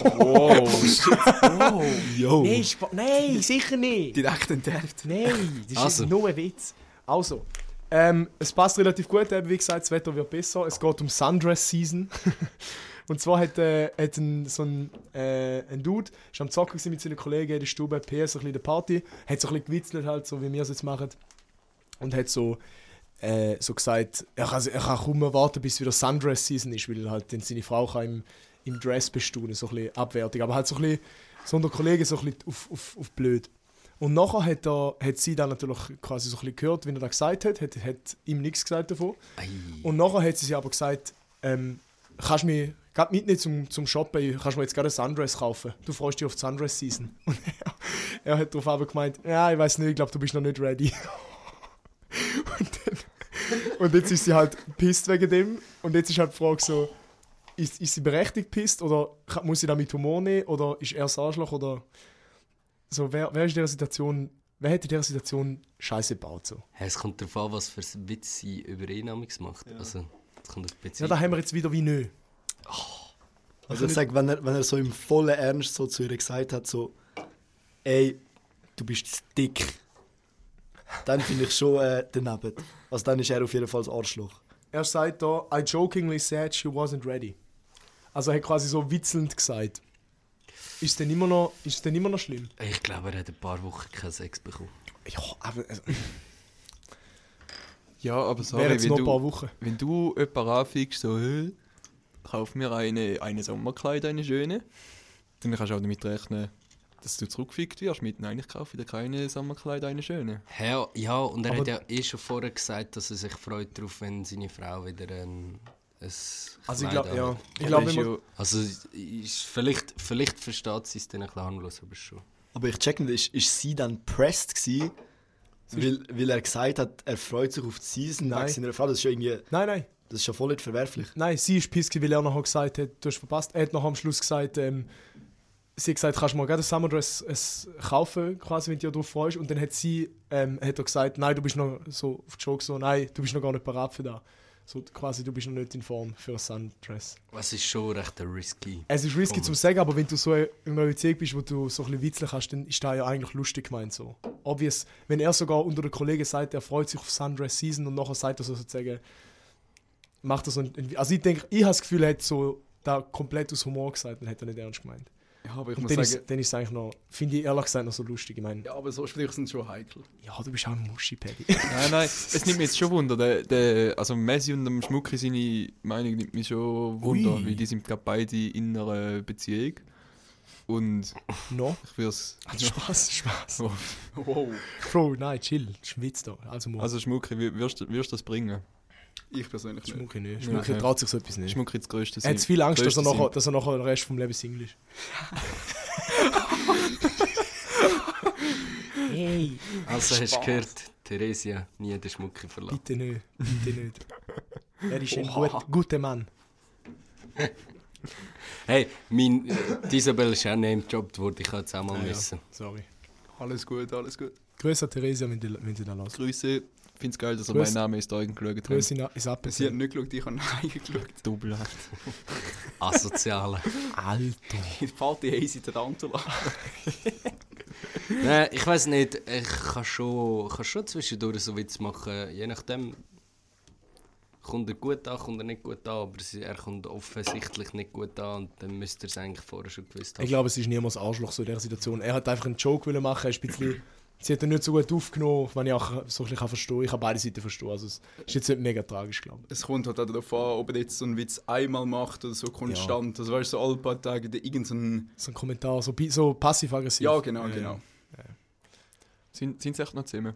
Speaker 2: Wow.
Speaker 6: Yo!
Speaker 4: nein, Spaß. Nein, sicher nicht.
Speaker 1: Direkt entdeckt.
Speaker 4: Nein, das
Speaker 5: Also.
Speaker 4: ist nur ein Witz.
Speaker 3: Also, ähm, es passt relativ gut, eben wie gesagt, das Wetter wird besser. Es geht um Sundress-Season. und zwar hat, äh, hat ein, so ein, äh, ein Dude, ist am Zocken gewesen mit seinen Kollegen in der Stube, PS, so ein bisschen der Party, hat so ein bisschen gewitzelt, halt, so wie wir es jetzt machen. Und hat so, äh, so gesagt, er kann, er kann kaum erwarten, bis wieder Sundress-Season ist, weil halt dann seine Frau kann im, im Dress bestaunen, so ein bisschen abwertig. Aber halt so ein bisschen, so unter Kollegen so ein bisschen auf, auf, auf blöd. Und nachher hat, er, hat sie dann natürlich quasi so ein bisschen gehört, wie er das gesagt hat, hat, hat ihm nichts gesagt davon.
Speaker 5: Ei.
Speaker 3: Und nachher hat sie sich aber gesagt, ähm, kannst du mich gerade mitnehmen zum, zum Shoppen, kannst du mir jetzt gerade ein Sundress kaufen. Du freust dich auf die Sundress-Season. Und er, er hat darauf aber gemeint, ja, ich weiß nicht, ich glaube, du bist noch nicht ready. und, dann, und jetzt ist sie halt pisst wegen dem. Und jetzt ist halt die Frage so, ist, ist sie berechtigt pisst oder kann- muss sie damit Humor nehmen oder ist er das Arschloch oder so, wer, wer ist in dieser Situation, wer hätte in dieser Situation Scheiße gebaut so?
Speaker 5: Hey, es kommt darauf an, was für ein Witz sie über ihn amigs macht. Also, es kommt auf die
Speaker 3: Ja,
Speaker 5: Beziehung.
Speaker 3: da haben wir jetzt wieder wie nö.
Speaker 6: Also ich sage, wenn er, wenn er so im vollen Ernst so zu ihr gesagt hat, so «Ey, du bist dick», dann finde ich schon äh, daneben. Also dann ist er auf jeden Fall das Arschloch.
Speaker 3: Er sagt da, I jokingly said she wasn't ready. Also er hat quasi so witzelnd gesagt. Ist denn immer noch, ist denn immer noch schlimm?
Speaker 5: ich glaube, er hat ein paar Wochen keinen Sex bekommen.
Speaker 3: Ja, aber also,
Speaker 2: ja, aber
Speaker 3: wäre
Speaker 2: sorry,
Speaker 3: jetzt
Speaker 2: wenn
Speaker 3: noch ein paar
Speaker 2: du,
Speaker 3: Wochen.
Speaker 2: wenn du jemanden anfängst, so, hey, kauf mir eine, eine Sommerkleid, eine schöne, dann kannst du auch damit rechnen, dass du zurückgefickt wirst mit, nein, ich kaufe dir keine Sommerkleid, eine schöne.
Speaker 5: Hey, ja, und er
Speaker 3: Aber-
Speaker 5: hat ja eh schon vorher gesagt, dass er sich freut darauf, wenn seine Frau wieder ein, ein
Speaker 3: Also ich
Speaker 5: Kleid
Speaker 3: glaube,
Speaker 5: anhat.
Speaker 3: ja. Ich
Speaker 2: Ja,
Speaker 3: glaube,
Speaker 2: das
Speaker 3: wenn
Speaker 2: ist
Speaker 3: man-
Speaker 2: ja-
Speaker 5: Also, ist, vielleicht, vielleicht versteht sie es dann ein bisschen harmlos, aber schon.
Speaker 6: Aber ich check nicht, ist, ist sie dann pressed gewesen, weil, weil er gesagt hat, er freut sich auf die Season
Speaker 3: Nein.
Speaker 6: nach seiner Frau. Das ist ja irgendwie,
Speaker 3: Nein, nein,
Speaker 6: das ist ja voll nicht verwerflich.
Speaker 3: nein, sie ist piss, gewesen, weil er nachher gesagt hat, du hast verpasst. Er hat nachher am Schluss gesagt, ähm, sie hat gesagt, kannst du mir gerade ein Summerdress es kaufen, quasi, wenn du dich darauf freust. Und dann hat sie, ähm, hat er gesagt, nein, du bist noch so auf die Joke so, nein, du bist noch gar nicht parat für das. So quasi, du bist noch nicht in Form für ein Sundress.
Speaker 5: Es ist schon recht risky.
Speaker 3: Es ist risky
Speaker 5: Voll.
Speaker 3: zum sagen, aber wenn du so in einer Beziehung bist, wo du so ein bisschen witzeln kannst, dann ist das ja eigentlich lustig gemeint so. Obvious, wenn er sogar unter den Kollegen sagt, er freut sich auf Sundress Season und nachher sagt er so sozusagen, macht das so ein, Also ich denke, ich habe das Gefühl, er hat so da komplett aus Humor gesagt und hat er nicht ernst gemeint.
Speaker 1: Ja, aber ich
Speaker 3: Und
Speaker 1: muss
Speaker 3: dann
Speaker 1: sagen,
Speaker 3: ist, dann ist es eigentlich noch, finde ich ehrlich gesagt noch so lustig. Ich meine, ja.
Speaker 1: ja, aber so Sprüche sind schon heikel.
Speaker 3: du bist auch ein Muschi, Paddy.
Speaker 2: Nein, nein, es nimmt mich jetzt schon Wunder. Der, der, also Messi und dem Schmucki seine Meinung nimmt mich schon Wunder, weil die sind gerade beide in einer Beziehung. Und
Speaker 3: no?
Speaker 2: ich würde es...
Speaker 3: Hat Spaß, Spaß.
Speaker 2: Oh.
Speaker 1: Wow.
Speaker 3: Bro, nein, chill. Schwitz da. Also, Humor.
Speaker 2: Also Schmucki, wie- wirst du wirst du das bringen?
Speaker 1: Ich persönlich nicht.
Speaker 3: Schmucke nicht.
Speaker 2: Nein.
Speaker 3: Schmucke traut sich so etwas nicht.
Speaker 2: Schmucki das größte
Speaker 3: Er hat zu viel Angst, dass er,
Speaker 2: größte
Speaker 3: nachher,
Speaker 2: Sinn.
Speaker 3: dass er nachher den Rest vom Leben Single ist.
Speaker 4: Hey.
Speaker 5: Also hast du gehört, Theresia, nie den Schmucki verlassen.
Speaker 3: Bitte nicht. Bitte nicht. Er ist ein gut, guter Mann.
Speaker 5: Hey, mein, äh, die Isabel ist auch name gedroppt worden, ich kann jetzt auch mal
Speaker 3: Ah, ja.
Speaker 5: wissen.
Speaker 3: Sorry.
Speaker 1: Alles gut, alles gut.
Speaker 3: Grüße an Theresia, wenn, die- wenn sie da lässt.
Speaker 2: Grüße, ich finde es geil, dass er
Speaker 3: Grüß-
Speaker 2: meinen Namen ist da geschaut hat.
Speaker 3: Grüße ist ab.
Speaker 1: Sie hat nicht geschaut, ich habe nein geschaut.
Speaker 2: Doppelhaft.
Speaker 5: Asoziale.
Speaker 3: Alter.
Speaker 1: Die Party Hazy Tarantula.
Speaker 5: Nein, ich weiß nicht, ich kann schon, kann schon zwischendurch so Witz machen, je nachdem. Kommt er gut an, kommt er nicht gut an, aber sie- er kommt offensichtlich nicht gut an und dann müsste er es eigentlich vorher schon gewusst haben.
Speaker 3: Ich glaube, es ist niemals Arschloch so in dieser Situation. Er hat einfach einen Joke wollen machen, er ist ein bisschen, sie hat ihn nicht so gut aufgenommen, wenn ich auch so ein bisschen verstehe. Ich kann beide Seiten verstehen. Also es ist jetzt nicht mega tragisch, glaube
Speaker 1: Es kommt halt auch darauf an, ob er jetzt so einen Witz einmal macht oder so konstant. Also weißt du, so alle paar Tage der irgend so ein...
Speaker 3: ich. So ein Kommentar, so, bi- so passiv-aggressiv.
Speaker 1: Ja, genau, genau.
Speaker 2: Sind sind sie echt noch zusammen?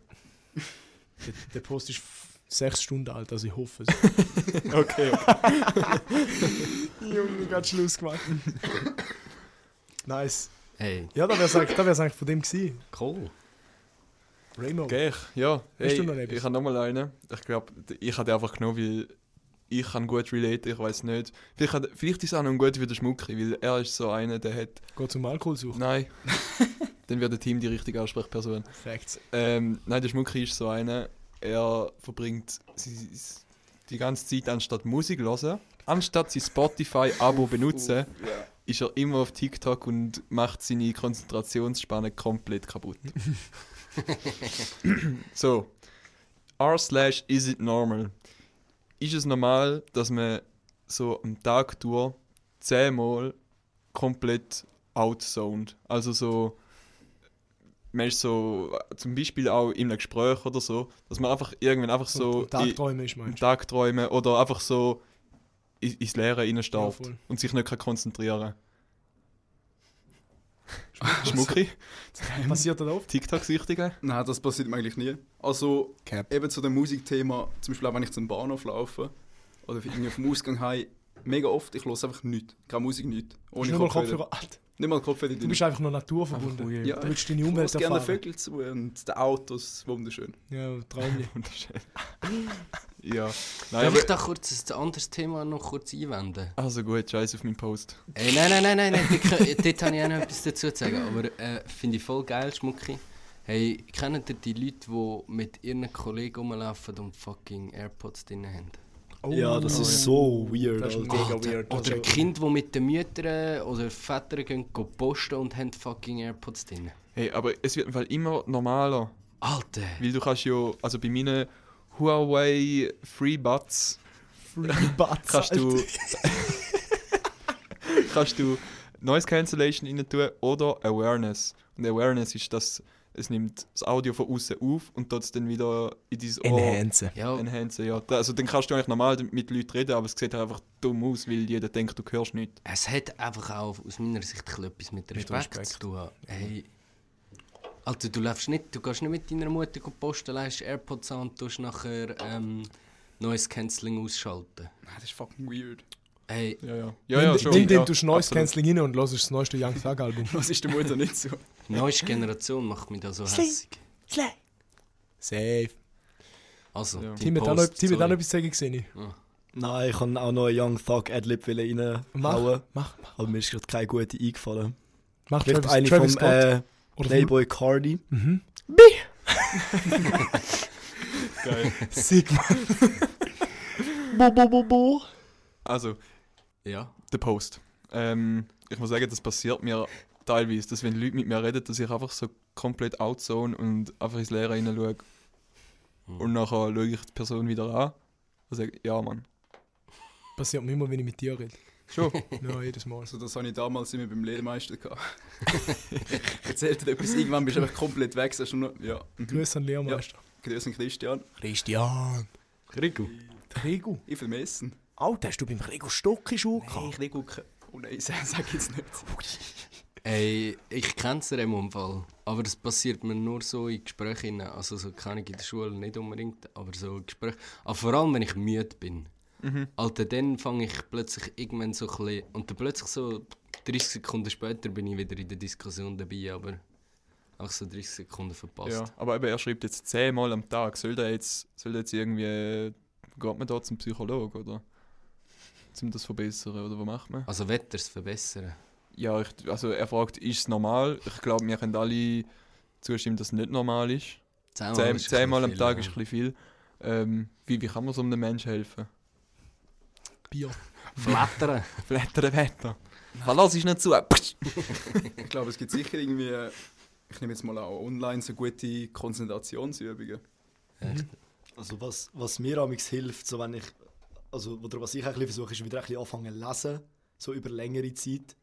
Speaker 3: Der, der Post ist f- sechs Stunden alt, also ich hoffe es.
Speaker 2: Okay,
Speaker 3: Junge, ganz Schluss gemacht. nice.
Speaker 5: Hey,
Speaker 3: Ja, da wäre es eigentlich von dem gewesen.
Speaker 5: cool.
Speaker 3: Raymond.
Speaker 2: Gleich, ja.
Speaker 3: du noch
Speaker 2: Hey,
Speaker 3: etwas?
Speaker 2: ich habe nochmal einen. Ich glaube, ich habe einfach genommen, weil ich kann gut relate, ich weiß nicht. Vielleicht, hat, vielleicht ist es auch noch gut wie der Schmucki, weil er ist so einer, der hat...
Speaker 3: Geht zum Alkohol suchen.
Speaker 2: Nein. Dann wird der Team die richtige Ansprechperson.
Speaker 3: Facts.
Speaker 2: Ähm, nein, der Schmucki ist so einer, er verbringt si- si- die ganze Zeit, anstatt Musik hören, anstatt sein Spotify-Abo benutzen,
Speaker 1: Ja.
Speaker 2: ist er immer auf TikTok und macht seine Konzentrationsspanne komplett kaputt. so, r slash is it normal? Ist es normal, dass man so am Tag durch zehnmal komplett outzoned? Also so, man ist so, äh, zum Beispiel auch in einem Gespräch oder so, dass man einfach irgendwann einfach so...
Speaker 3: Und
Speaker 2: in-
Speaker 3: Tagträume ist,
Speaker 2: im
Speaker 3: meinst
Speaker 2: Tag träumen oder einfach so i- ins Leere reinstarrt
Speaker 3: Ja, voll.
Speaker 2: und sich nicht kann konzentrieren kann. Schmucki,
Speaker 3: du? Passiert das oft?
Speaker 2: TikTok-Süchtige.
Speaker 1: Nein, das passiert mir eigentlich nie. Also
Speaker 3: Cap.
Speaker 1: eben zu dem Musikthema, zum Beispiel auch wenn ich zum Bahnhof laufe oder irgendwie vom Ausgang heim, mega oft, ich höre einfach nichts. Keine Musik, nichts.
Speaker 3: Ohne
Speaker 1: Ohne
Speaker 3: nur mal
Speaker 1: Kopfhörer.
Speaker 3: Kopfhörer. Alter,
Speaker 1: Nicht mal Kopfhörer.
Speaker 3: Du bist einfach nur naturverbunden.
Speaker 2: Einfach
Speaker 1: Ja,
Speaker 3: du willst deine Umwelt
Speaker 1: Ich höre gerne
Speaker 3: erfahren.
Speaker 1: Vögel zu und die Autos, wunderschön.
Speaker 3: Ja, Traumli.
Speaker 2: Wunderschön. ja. Nein,
Speaker 5: Darf
Speaker 2: aber,
Speaker 5: ich da kurz ein anderes Thema noch kurz einwenden?
Speaker 2: also gut, scheiß auf meinen Post.
Speaker 5: Ey, nein, nein, nein, nein, nein. Dort, dort habe ich auch noch etwas dazu zu sagen. Aber äh, finde ich voll geil, Schmucki. Hey, kennt ihr die Leute, die mit ihren Kollegen rumlaufen und fucking Airpods drin haben?
Speaker 3: Oh,
Speaker 6: Ja, das ist so weird.
Speaker 3: Das ist
Speaker 6: Alter.
Speaker 3: mega
Speaker 5: Alter,
Speaker 3: weird.
Speaker 5: Oder
Speaker 3: Also-
Speaker 5: Kinder, die mit den Müttern oder Vätern gehen, gehen posten und haben fucking Airpods drin.
Speaker 2: Hey, aber es wird im Fall immer normaler,
Speaker 5: Alter!
Speaker 2: weil du kannst ja, also bei meinen Huawei FreeBuds
Speaker 3: Free Butts,
Speaker 2: kannst du... kannst du Noise Cancellation rein tun oder Awareness. Und Awareness ist, dass es nimmt das Audio von außen auf und tut es dann wieder in dein Ohr.
Speaker 3: Enhancen.
Speaker 5: Ja,
Speaker 2: Enhance, ja. Da- Also dann kannst du eigentlich normal mit Leuten reden, aber es sieht halt einfach dumm aus, weil jeder denkt, du hörst nicht.
Speaker 5: es hat einfach auch aus meiner Sicht ein bisschen etwas mit Respekt,
Speaker 3: Respekt.
Speaker 5: zu tun. Hey, Alter, du läufst nicht, du gehst nicht mit deiner Mutter gehen posten, lässt Airpods an und tust nachher ähm, Noise Cancelling ausschalten.
Speaker 1: Nein, das ist fucking weird.
Speaker 5: Hey,
Speaker 2: Ja, ja.
Speaker 3: Ja,
Speaker 2: Ja,
Speaker 3: ja,
Speaker 2: ja,
Speaker 3: nimm,
Speaker 2: schon.
Speaker 3: nimm
Speaker 2: ja,
Speaker 3: dem du Noise
Speaker 2: absolut.
Speaker 3: Cancelling rein und hörst das neueste Young Thug Album.
Speaker 1: Was ist der Mutter nicht so?
Speaker 5: neueste Generation macht mich da so hässig.
Speaker 3: Safe.
Speaker 5: Also,
Speaker 2: Ja.
Speaker 5: dein
Speaker 3: Tim hat auch noch
Speaker 5: Post,
Speaker 3: Tim hat auch noch
Speaker 5: sorry.
Speaker 3: etwas sagen gesehen.
Speaker 6: Nein, ich kann auch noch einen Young Thug Adlib reinhauen,
Speaker 3: Mach, mach, mach.
Speaker 6: aber mir ist gerade keine gute eingefallen.
Speaker 3: Mach
Speaker 6: Vielleicht
Speaker 3: Travis,
Speaker 6: eine
Speaker 3: Travis
Speaker 6: vom
Speaker 3: Scott.
Speaker 6: äh,
Speaker 3: oder Mhm.
Speaker 6: Playboy Cardi.
Speaker 3: vom Sigma.
Speaker 2: Also,
Speaker 5: Ja,
Speaker 2: der Post. Ähm, ich muss sagen, das passiert mir teilweise, dass wenn Leute mit mir reden, dass ich einfach so komplett outzone und einfach ins Leere
Speaker 5: Hm.
Speaker 2: hineinschaue. Und nachher schaue ich die Person wieder an und sage, ja Mann,
Speaker 3: passiert mir immer, wenn ich mit dir rede.
Speaker 2: Schon.
Speaker 3: Ja, jedes Mal.
Speaker 1: Also das hatte ich damals immer beim Lehrmeister. gehabt. Erzählt er etwas, irgendwann bist du einfach komplett weg. Sagst du nur, ja,
Speaker 3: Grüße an den Lehrmeister.
Speaker 1: grüß an Christian.
Speaker 4: Christian.
Speaker 5: Rico.
Speaker 3: Der Regu.
Speaker 1: Ich vermisse ihn.
Speaker 4: Alter, hast du beim Rego Stock in Schule gehabt?
Speaker 1: Ich gucke. Oh nein, sag jetzt nicht.
Speaker 5: Ey, ich kenne es im Unfall. Aber das passiert mir nur so in Gesprächen. Also, so kann ich in der Schule nicht unbedingt, aber so in Gesprächen. Aber vor allem, wenn ich müde bin.
Speaker 2: Mhm.
Speaker 5: Alter, dann fange ich plötzlich irgendwann so ein bisschen. Und dann plötzlich so 30 Sekunden später bin ich wieder in der Diskussion dabei, aber auch so 30 Sekunden verpasst.
Speaker 2: Ja, aber eben, er schreibt jetzt zehnmal am Tag. Soll der jetzt, soll der jetzt irgendwie. äh, Geht man da zum Psychologen oder? Zum das verbessern oder was macht man?
Speaker 5: Also, Wetters verbessern.
Speaker 2: Ja, ich, also er fragt, ist es normal? Ich glaube, wir können alle zustimmen, dass es nicht normal ist.
Speaker 1: Ah,
Speaker 5: Zehnmal,
Speaker 2: Zehn,
Speaker 5: ist ein
Speaker 2: zehnmal am
Speaker 5: bisschen
Speaker 2: Tag
Speaker 5: viel,
Speaker 2: ist ein bisschen viel. Ähm, wie, wie kann man so einem Menschen helfen?
Speaker 3: Bier.
Speaker 5: ja. Flattern.
Speaker 2: Blätter Wetter. Verlass ist nicht zu. Psch.
Speaker 1: Ich glaube, es gibt sicher irgendwie, äh, ich nehme jetzt mal auch online so gute Konzentrationsübungen.
Speaker 6: Also was, was mir amigs hilft, so wenn ich, also oder was ich auch ein bisschen versuche, ist wieder ein bisschen anfangen zu lesen, so über längere Zeit,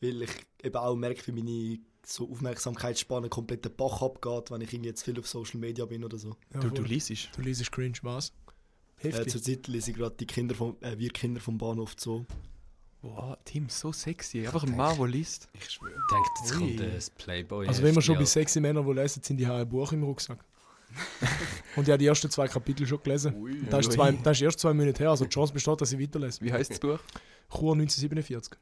Speaker 6: weil ich eben auch merke, wie meine so Aufmerksamkeitsspanne komplett den Bach abgeht, wenn ich irgendwie jetzt viel auf Social Media bin oder so.
Speaker 3: Ja,
Speaker 2: Du,
Speaker 3: voll.
Speaker 2: du liest.
Speaker 3: du liest cringe, was?
Speaker 6: Äh,
Speaker 3: Heftig.
Speaker 6: zurzeit lese ich gerade die Kinder vom, äh, wir Kinder vom Bahnhof so.
Speaker 2: Wow, Tim, so sexy. Einfach ein Mann, der liest.
Speaker 1: Ich schwöre.
Speaker 5: Ich denke, jetzt kommt
Speaker 3: Ui.
Speaker 5: äh, das Playboy.
Speaker 3: also wenn wir schon bei
Speaker 5: bis
Speaker 3: sexy Männern die lesen, sind die haben ein Buch im Rucksack. Und ich habe die ersten zwei Kapitel schon gelesen.
Speaker 1: Ui.
Speaker 3: Das ist, zwei, das ist erst zwei Monate her, also die Chance besteht, dass ich weiterlese.
Speaker 2: Wie heißt das Buch?
Speaker 3: Chur 1947.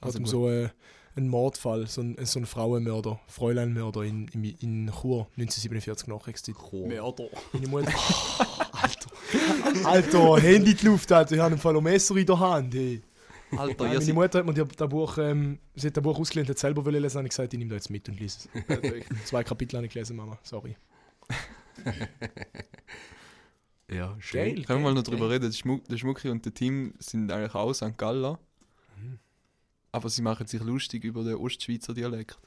Speaker 3: Also
Speaker 2: Also
Speaker 3: um
Speaker 2: gut.
Speaker 3: so äh, einen Mordfall, so einen, so einen Frauenmörder, Fräuleinmörder in, in, in Chur 1947 Nachkriegszeit.
Speaker 1: Mörder.
Speaker 3: Meine Mutter. Alter. Alter, Handy in die Luft, Alter. Ich habe einen Fall ein Messer in der Hand. Hey.
Speaker 2: Alter,
Speaker 3: Nein,
Speaker 2: ihr
Speaker 3: meine
Speaker 2: seid
Speaker 3: Mutter hat mir das Buch, ähm, sie hat das Buch ausgelehnt, hat selber wollen lesen, habe ich gesagt, ich nehme das jetzt mit und lese es.
Speaker 1: Perfekt.
Speaker 3: Zwei Kapitel habe ich gelesen, Mama, sorry.
Speaker 5: Ja, schön.
Speaker 3: Geil.
Speaker 2: Können wir mal noch drüber reden? Der, Schmuck, der Schmucki und der Team sind eigentlich auch St. Galler. Aber sie machen sich lustig über den Ostschweizer Dialekt.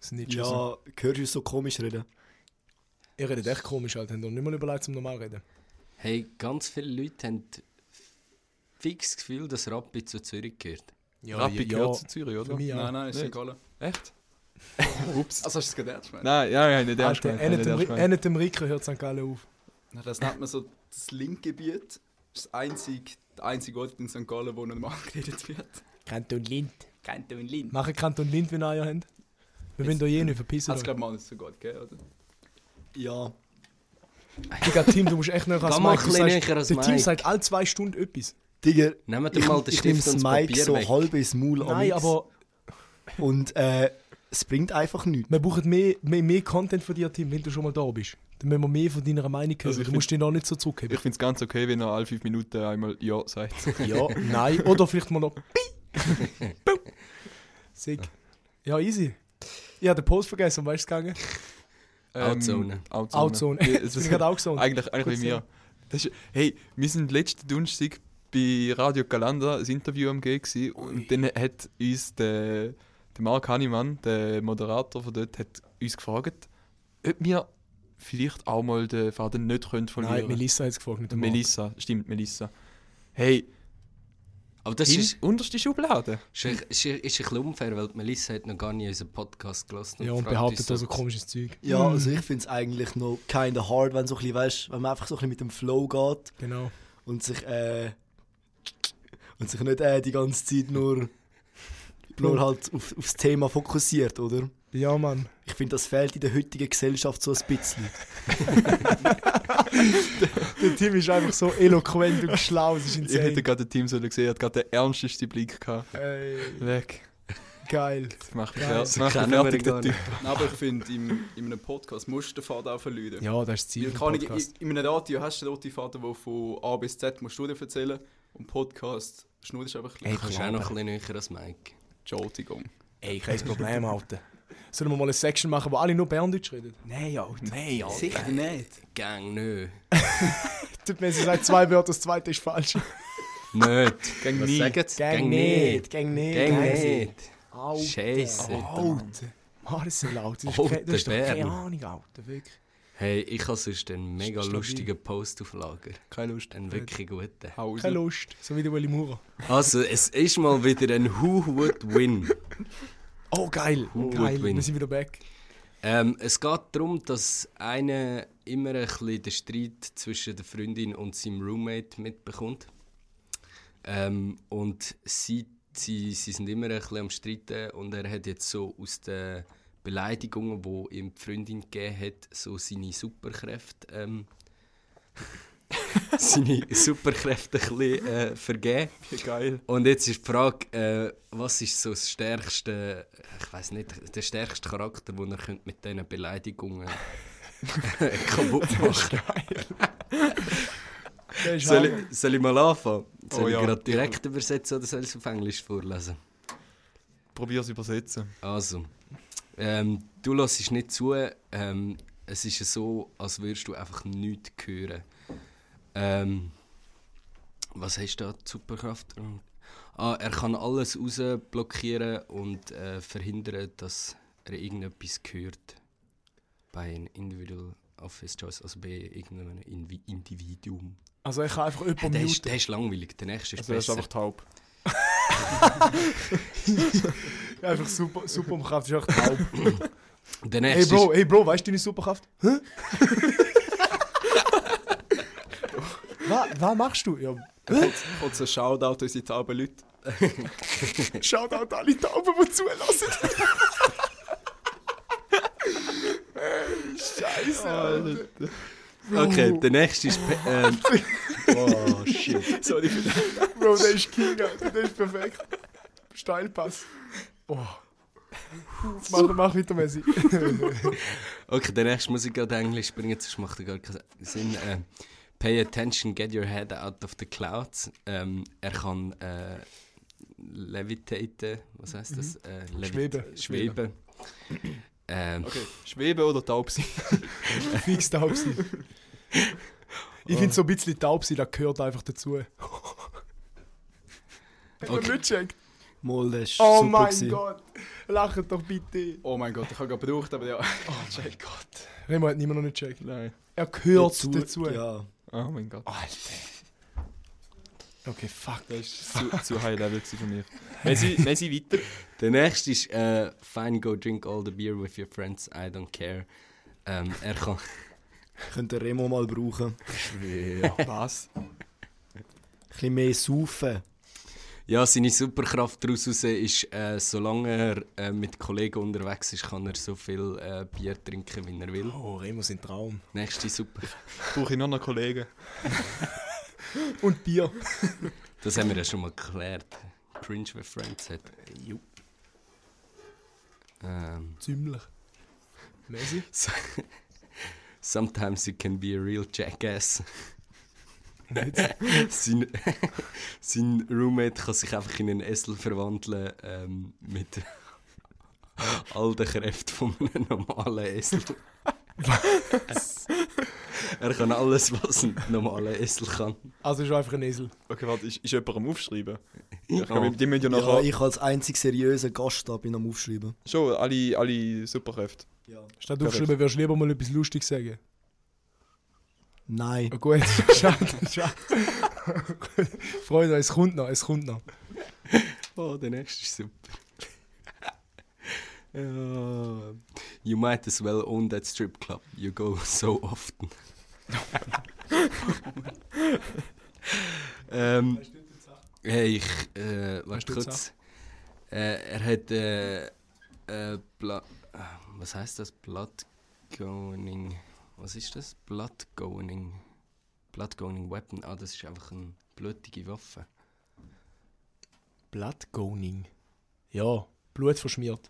Speaker 3: Das sind nicht ja.
Speaker 6: Ja, hörst du uns so komisch reden?
Speaker 3: Ihr redet echt komisch, Alter. Habt ihr nicht mal überlegt, zum normal reden.
Speaker 5: Hey, ganz viele Leute haben fix das Gefühl, dass Rappi zu Zürich gehört.
Speaker 3: Ja,
Speaker 2: Rappi
Speaker 3: ja,
Speaker 2: gehört zu Zürich,
Speaker 3: Für
Speaker 2: oder?
Speaker 3: mich auch.
Speaker 1: Nein, nein, ist
Speaker 2: Nicht.
Speaker 1: egal.
Speaker 2: Echt?
Speaker 1: Ups. Also hast du es gerade ernst gemeint?
Speaker 2: Nein, ja, ja, nicht ernst
Speaker 3: Alter,
Speaker 2: gemeint. nicht ernst gemeint.
Speaker 3: einer dem Riker hört St. Gallen auf.
Speaker 1: Nein, Das nennt man so das Linkgebiet. Das ist das einzige, der einzige Ort in St. Gallen, wo noch mal angeredet wird.
Speaker 4: Kanton Lind.
Speaker 1: Kanton Lin.
Speaker 3: Machen Kanton Lind, wenn ihr habt. Wir wollen da
Speaker 5: äh,
Speaker 3: eh nicht verpissen.
Speaker 1: Hat es,
Speaker 5: also
Speaker 3: Alter.
Speaker 1: glaube ich, mal nicht so gut gegeben, oder?
Speaker 6: Ja,
Speaker 3: Digga, Tim, du musst echt näher ans
Speaker 5: Geh mal
Speaker 3: Mike. Du
Speaker 5: ein bisschen
Speaker 3: sagst,
Speaker 5: näher ans
Speaker 3: Der Tim
Speaker 5: Mike.
Speaker 3: sagt alle zwei Stunden etwas.
Speaker 6: Digga,
Speaker 5: Nehmt
Speaker 6: ich,
Speaker 5: doch mal den
Speaker 6: ich nehme
Speaker 5: Stift
Speaker 6: das
Speaker 5: und das
Speaker 6: Mike
Speaker 5: Papier
Speaker 6: so
Speaker 5: weg.
Speaker 6: halb ins Maul
Speaker 3: Nein,
Speaker 6: amigs.
Speaker 3: aber
Speaker 6: und äh, es bringt einfach nichts.
Speaker 3: wir brauchen mehr, mehr, mehr Content von dir, Tim, wenn du schon mal da bist. Dann müssen wir mehr von deiner Meinung hören.
Speaker 2: Also ich
Speaker 3: du musst dich noch nicht so zurückheben.
Speaker 2: Ich finde es ganz okay, wenn er alle fünf Minuten einmal Ja sagt.
Speaker 3: Ja, nein. Oder vielleicht mal noch. Pi. Bum. Sick. Ja, easy. Ich habe den Post vergessen, um was ist es gegangen?
Speaker 5: Outzone.
Speaker 2: Ähm, Outzone.
Speaker 3: Outzone.
Speaker 2: Ja,
Speaker 3: Jetzt
Speaker 2: es
Speaker 3: bin
Speaker 2: ist-
Speaker 3: ich gerade auch gesund.
Speaker 2: Eigentlich, eigentlich
Speaker 3: Kurz
Speaker 2: wie mir. Das ist, hey, wir sind letzten Donnerstag bei Radio Galanda ein Interview am Gehen gewesen und dann hat uns der, der Mark Hannemann, der Moderator von dort, hat uns gefragt, ob wir vielleicht auch mal den Faden nicht können
Speaker 3: Nein,
Speaker 2: verlieren können.
Speaker 3: Melissa hat es gefragt. Nicht der Marc.
Speaker 2: Melissa, stimmt, Melissa. Hey,
Speaker 5: Aber das
Speaker 2: in
Speaker 5: ist,
Speaker 2: unterste Schublade.
Speaker 5: ist, ist, ist ein bisschen unfair, weil die Melissa hat noch gar nie unseren Podcast gelassen.
Speaker 3: Ja, und
Speaker 5: fragt
Speaker 3: behauptet
Speaker 5: uns
Speaker 3: da so komisches Zeug. Mhm.
Speaker 6: Ja, also ich finde es eigentlich noch kinda hard, wenn, so ein bisschen, weißt, wenn man einfach so ein bisschen mit dem Flow geht
Speaker 3: Genau.
Speaker 6: und sich, äh, und sich nicht äh, die ganze Zeit nur, nur halt auf, aufs Thema fokussiert, oder?
Speaker 3: Ja, Mann.
Speaker 6: Ich finde, das fehlt in der heutigen Gesellschaft so ein bisschen.
Speaker 3: Der Tim ist einfach so eloquent und schlau. Es ist
Speaker 2: Ich hätte
Speaker 3: insane.
Speaker 2: gerade den Team sollen gesehen, er hat gerade den ernstesten Blick gehabt.
Speaker 3: Ey,
Speaker 2: Weg.
Speaker 3: geil.
Speaker 2: Das macht mich
Speaker 3: Geil.
Speaker 2: fertig. Das macht
Speaker 5: kennen
Speaker 2: mich
Speaker 5: wir
Speaker 2: fertig,
Speaker 5: gar
Speaker 2: der Typ.
Speaker 1: Nein, aber ich finde, in, in einem Podcast musst du den Faden auch verlieren.
Speaker 3: Ja, das ist das Ziel
Speaker 1: Weil
Speaker 3: vom
Speaker 1: kann ich,
Speaker 3: Podcast.
Speaker 1: in- in einem Radio hast du den roten Faden, der von A bis Z musst du dir erzählen und Podcast schnurrst einfach ein
Speaker 5: Du
Speaker 1: bisschen.
Speaker 5: kannst auch noch ein bisschen näher als Mike.
Speaker 1: Joltigung.
Speaker 4: Ey, kein Problem, Alter.
Speaker 3: Sollen wir mal eine Section machen, wo alle nur Berndeutsch reden?
Speaker 4: Nein, Alter. Nein, Alter.
Speaker 1: Sicher nicht.
Speaker 5: Gang, nö.
Speaker 3: Tut mir, sie sagt zwei Wörter, das zweite ist falsch.
Speaker 5: Nicht.
Speaker 2: Gang
Speaker 5: Was
Speaker 2: nie.
Speaker 5: sagen sie?
Speaker 3: Gang nicht. Gang nicht.
Speaker 5: Gang nicht.
Speaker 3: Alter.
Speaker 5: Scheisse.
Speaker 3: Alter. Mann, das ist laut. Das ist
Speaker 5: Alter
Speaker 3: keine- das ist doch keine
Speaker 5: Bern.
Speaker 3: Ahnung, Alter. Wirklich.
Speaker 5: Hey, ich habe sonst einen mega
Speaker 3: Stabil.
Speaker 5: lustigen Post auf Lager.
Speaker 1: Keine Lust.
Speaker 5: Einen wirklich guten.
Speaker 1: Hau raus.
Speaker 3: Keine Lust. So wie der Willy Maurer.
Speaker 5: Also, es ist mal wieder ein Who Would Win.
Speaker 3: Oh, geil.
Speaker 5: Who
Speaker 3: geil.
Speaker 5: would win?
Speaker 3: Wir sind wieder back.
Speaker 5: Ähm, es geht darum, dass einer immer ein bisschen den Streit zwischen der Freundin und seinem Roommate mitbekommt. Ähm, und sie, sie, sie sind immer ein bisschen am Streiten und er hat jetzt so aus den Beleidigungen, die ihm die Freundin gegeben hat, so seine Superkräfte, ähm, seine Superkräfte ein bisschen äh, vergeben.
Speaker 2: Geil.
Speaker 5: Und jetzt ist die Frage, äh, was ist so das stärkste, ich weiß nicht, der stärkste Charakter, den er könnt mit diesen Beleidigungen äh, kaputt machen
Speaker 3: Der ist
Speaker 5: soll,
Speaker 3: heim.
Speaker 5: ich, soll ich mal anfangen? Soll
Speaker 2: Oh
Speaker 5: ich
Speaker 2: ja.
Speaker 5: gerade direkt übersetzen oder soll ich es auf Englisch vorlesen?
Speaker 2: Probier's übersetzen.
Speaker 5: Also, ähm, du hörst nicht zu. Ähm, es ist ja so, als würdest du einfach nichts hören. Ähm, was hast du da? Die Superkraft? Ah, er kann alles rausblockieren und äh, verhindern, dass er irgendetwas hört. Bei einem Individual of his choice, also bei irgendeinem Invi Individuum.
Speaker 3: Also ich kann einfach
Speaker 5: Hey,
Speaker 3: jemanden
Speaker 5: der, ist,
Speaker 3: muten.
Speaker 5: der ist langweilig, der nächste ist
Speaker 2: Also, das ist
Speaker 5: besser.
Speaker 2: einfach taub.
Speaker 3: Einfach super, Superkraft ist einfach taub.
Speaker 5: der
Speaker 3: hey
Speaker 5: nächste
Speaker 3: Bro, hey Bro, weißt du deine Superkraft? Hä? was, was machst du? Ja,
Speaker 1: Und so Shoutout an unsere tauben Leute.
Speaker 3: Shoutout an alle Tauben, die zulassen. Scheiße, Alter.
Speaker 5: ist, okay, der nächste ist pe- ähm,
Speaker 6: Oh, shit.
Speaker 1: Sorry für den.
Speaker 3: Bro, der ist King, Alter. Der ist perfekt. Steilpass. Oh. Mach, mach weiter, Messi.
Speaker 5: Okay, der nächste muss ich gerade Englisch bringen, sonst macht er gar keinen Sinn. Äh, pay attention, get your head out of the clouds. Ähm, er kann äh, levitaten, was heißt das? Äh, levit-
Speaker 3: Schweben.
Speaker 5: Schweben. Ähm,
Speaker 1: Okay, schweben oder taub sein?
Speaker 3: Fix taub sein. Ich finde so ein bisschen taub sein, das gehört einfach dazu. Hat man
Speaker 5: Okay.
Speaker 3: nicht gecheckt?
Speaker 6: Mal, das ist
Speaker 3: Oh
Speaker 6: super
Speaker 3: mein
Speaker 6: gewesen.
Speaker 3: Gott. Lachen doch bitte.
Speaker 1: Oh mein Gott, ich habe gerade gebraucht, aber ja.
Speaker 3: Oh mein Gott. Remo hat niemand noch nicht gecheckt.
Speaker 2: Nein.
Speaker 3: Er gehört dazu.
Speaker 6: Ja.
Speaker 2: Oh mein Gott.
Speaker 3: Okay, fuck.
Speaker 2: Das ist zu, zu high level gewesen für mich. Messi, Messi weiter.
Speaker 5: der nächste ist äh, fine, go drink all the beer with your friends, I don't care. Ähm, er kann.
Speaker 6: Könnte Remo mal brauchen.
Speaker 2: Was?
Speaker 6: Ein bisschen mehr saufen.
Speaker 5: Ja, seine Superkraft daraus raus ist, äh, solange er äh, mit Kollegen unterwegs ist, kann er so viel äh, Bier trinken, wie er will.
Speaker 3: Oh, Remo sind Traum.
Speaker 5: Nächste Super.
Speaker 2: Brauche ich noch einen Kollegen?
Speaker 3: Und Bier.
Speaker 5: Das haben wir ja schon mal geklärt. Cringe, wenn Friends hat.
Speaker 3: Äh,
Speaker 5: Ähm,
Speaker 3: Ziemlich. Messi?
Speaker 5: sometimes you can be a real jackass. sein, sein Roommate kann sich einfach in einen Esel verwandeln ähm, mit all den Kräften von einem normalen Esel. er kann alles, was ein normaler Esel kann.
Speaker 3: Also ist er einfach ein Esel.
Speaker 2: Okay, warte, ist, ist jemand am Aufschreiben? Ich
Speaker 5: Oh.
Speaker 2: glaube, die müssen ja
Speaker 6: Ja,
Speaker 2: nachher
Speaker 6: ich als einzig seriöser Gast da bin am Aufschreiben.
Speaker 2: schon alle, alle Superkräfte.
Speaker 6: Ja.
Speaker 3: Statt aufschreiben, würdest du lieber mal etwas Lustiges sagen.
Speaker 6: Nein.
Speaker 3: Ja, gut, schade, schade. Freunde, es kommt noch, es kommt noch.
Speaker 5: Oh, der nächste ist super. Ja. You might as well own that strip club. You go so often. ähm, hey, ich, äh,
Speaker 3: Hast
Speaker 5: warte
Speaker 3: du die
Speaker 5: kurz. Äh, er hat, äh, äh, Bla ah, was heißt das? Bloodgoning. Was ist das? Bloodgoning. Bloodgoning Weapon. Ah, das ist einfach eine blutige Waffe.
Speaker 3: Bloodgoning. Ja, Blut verschmiert.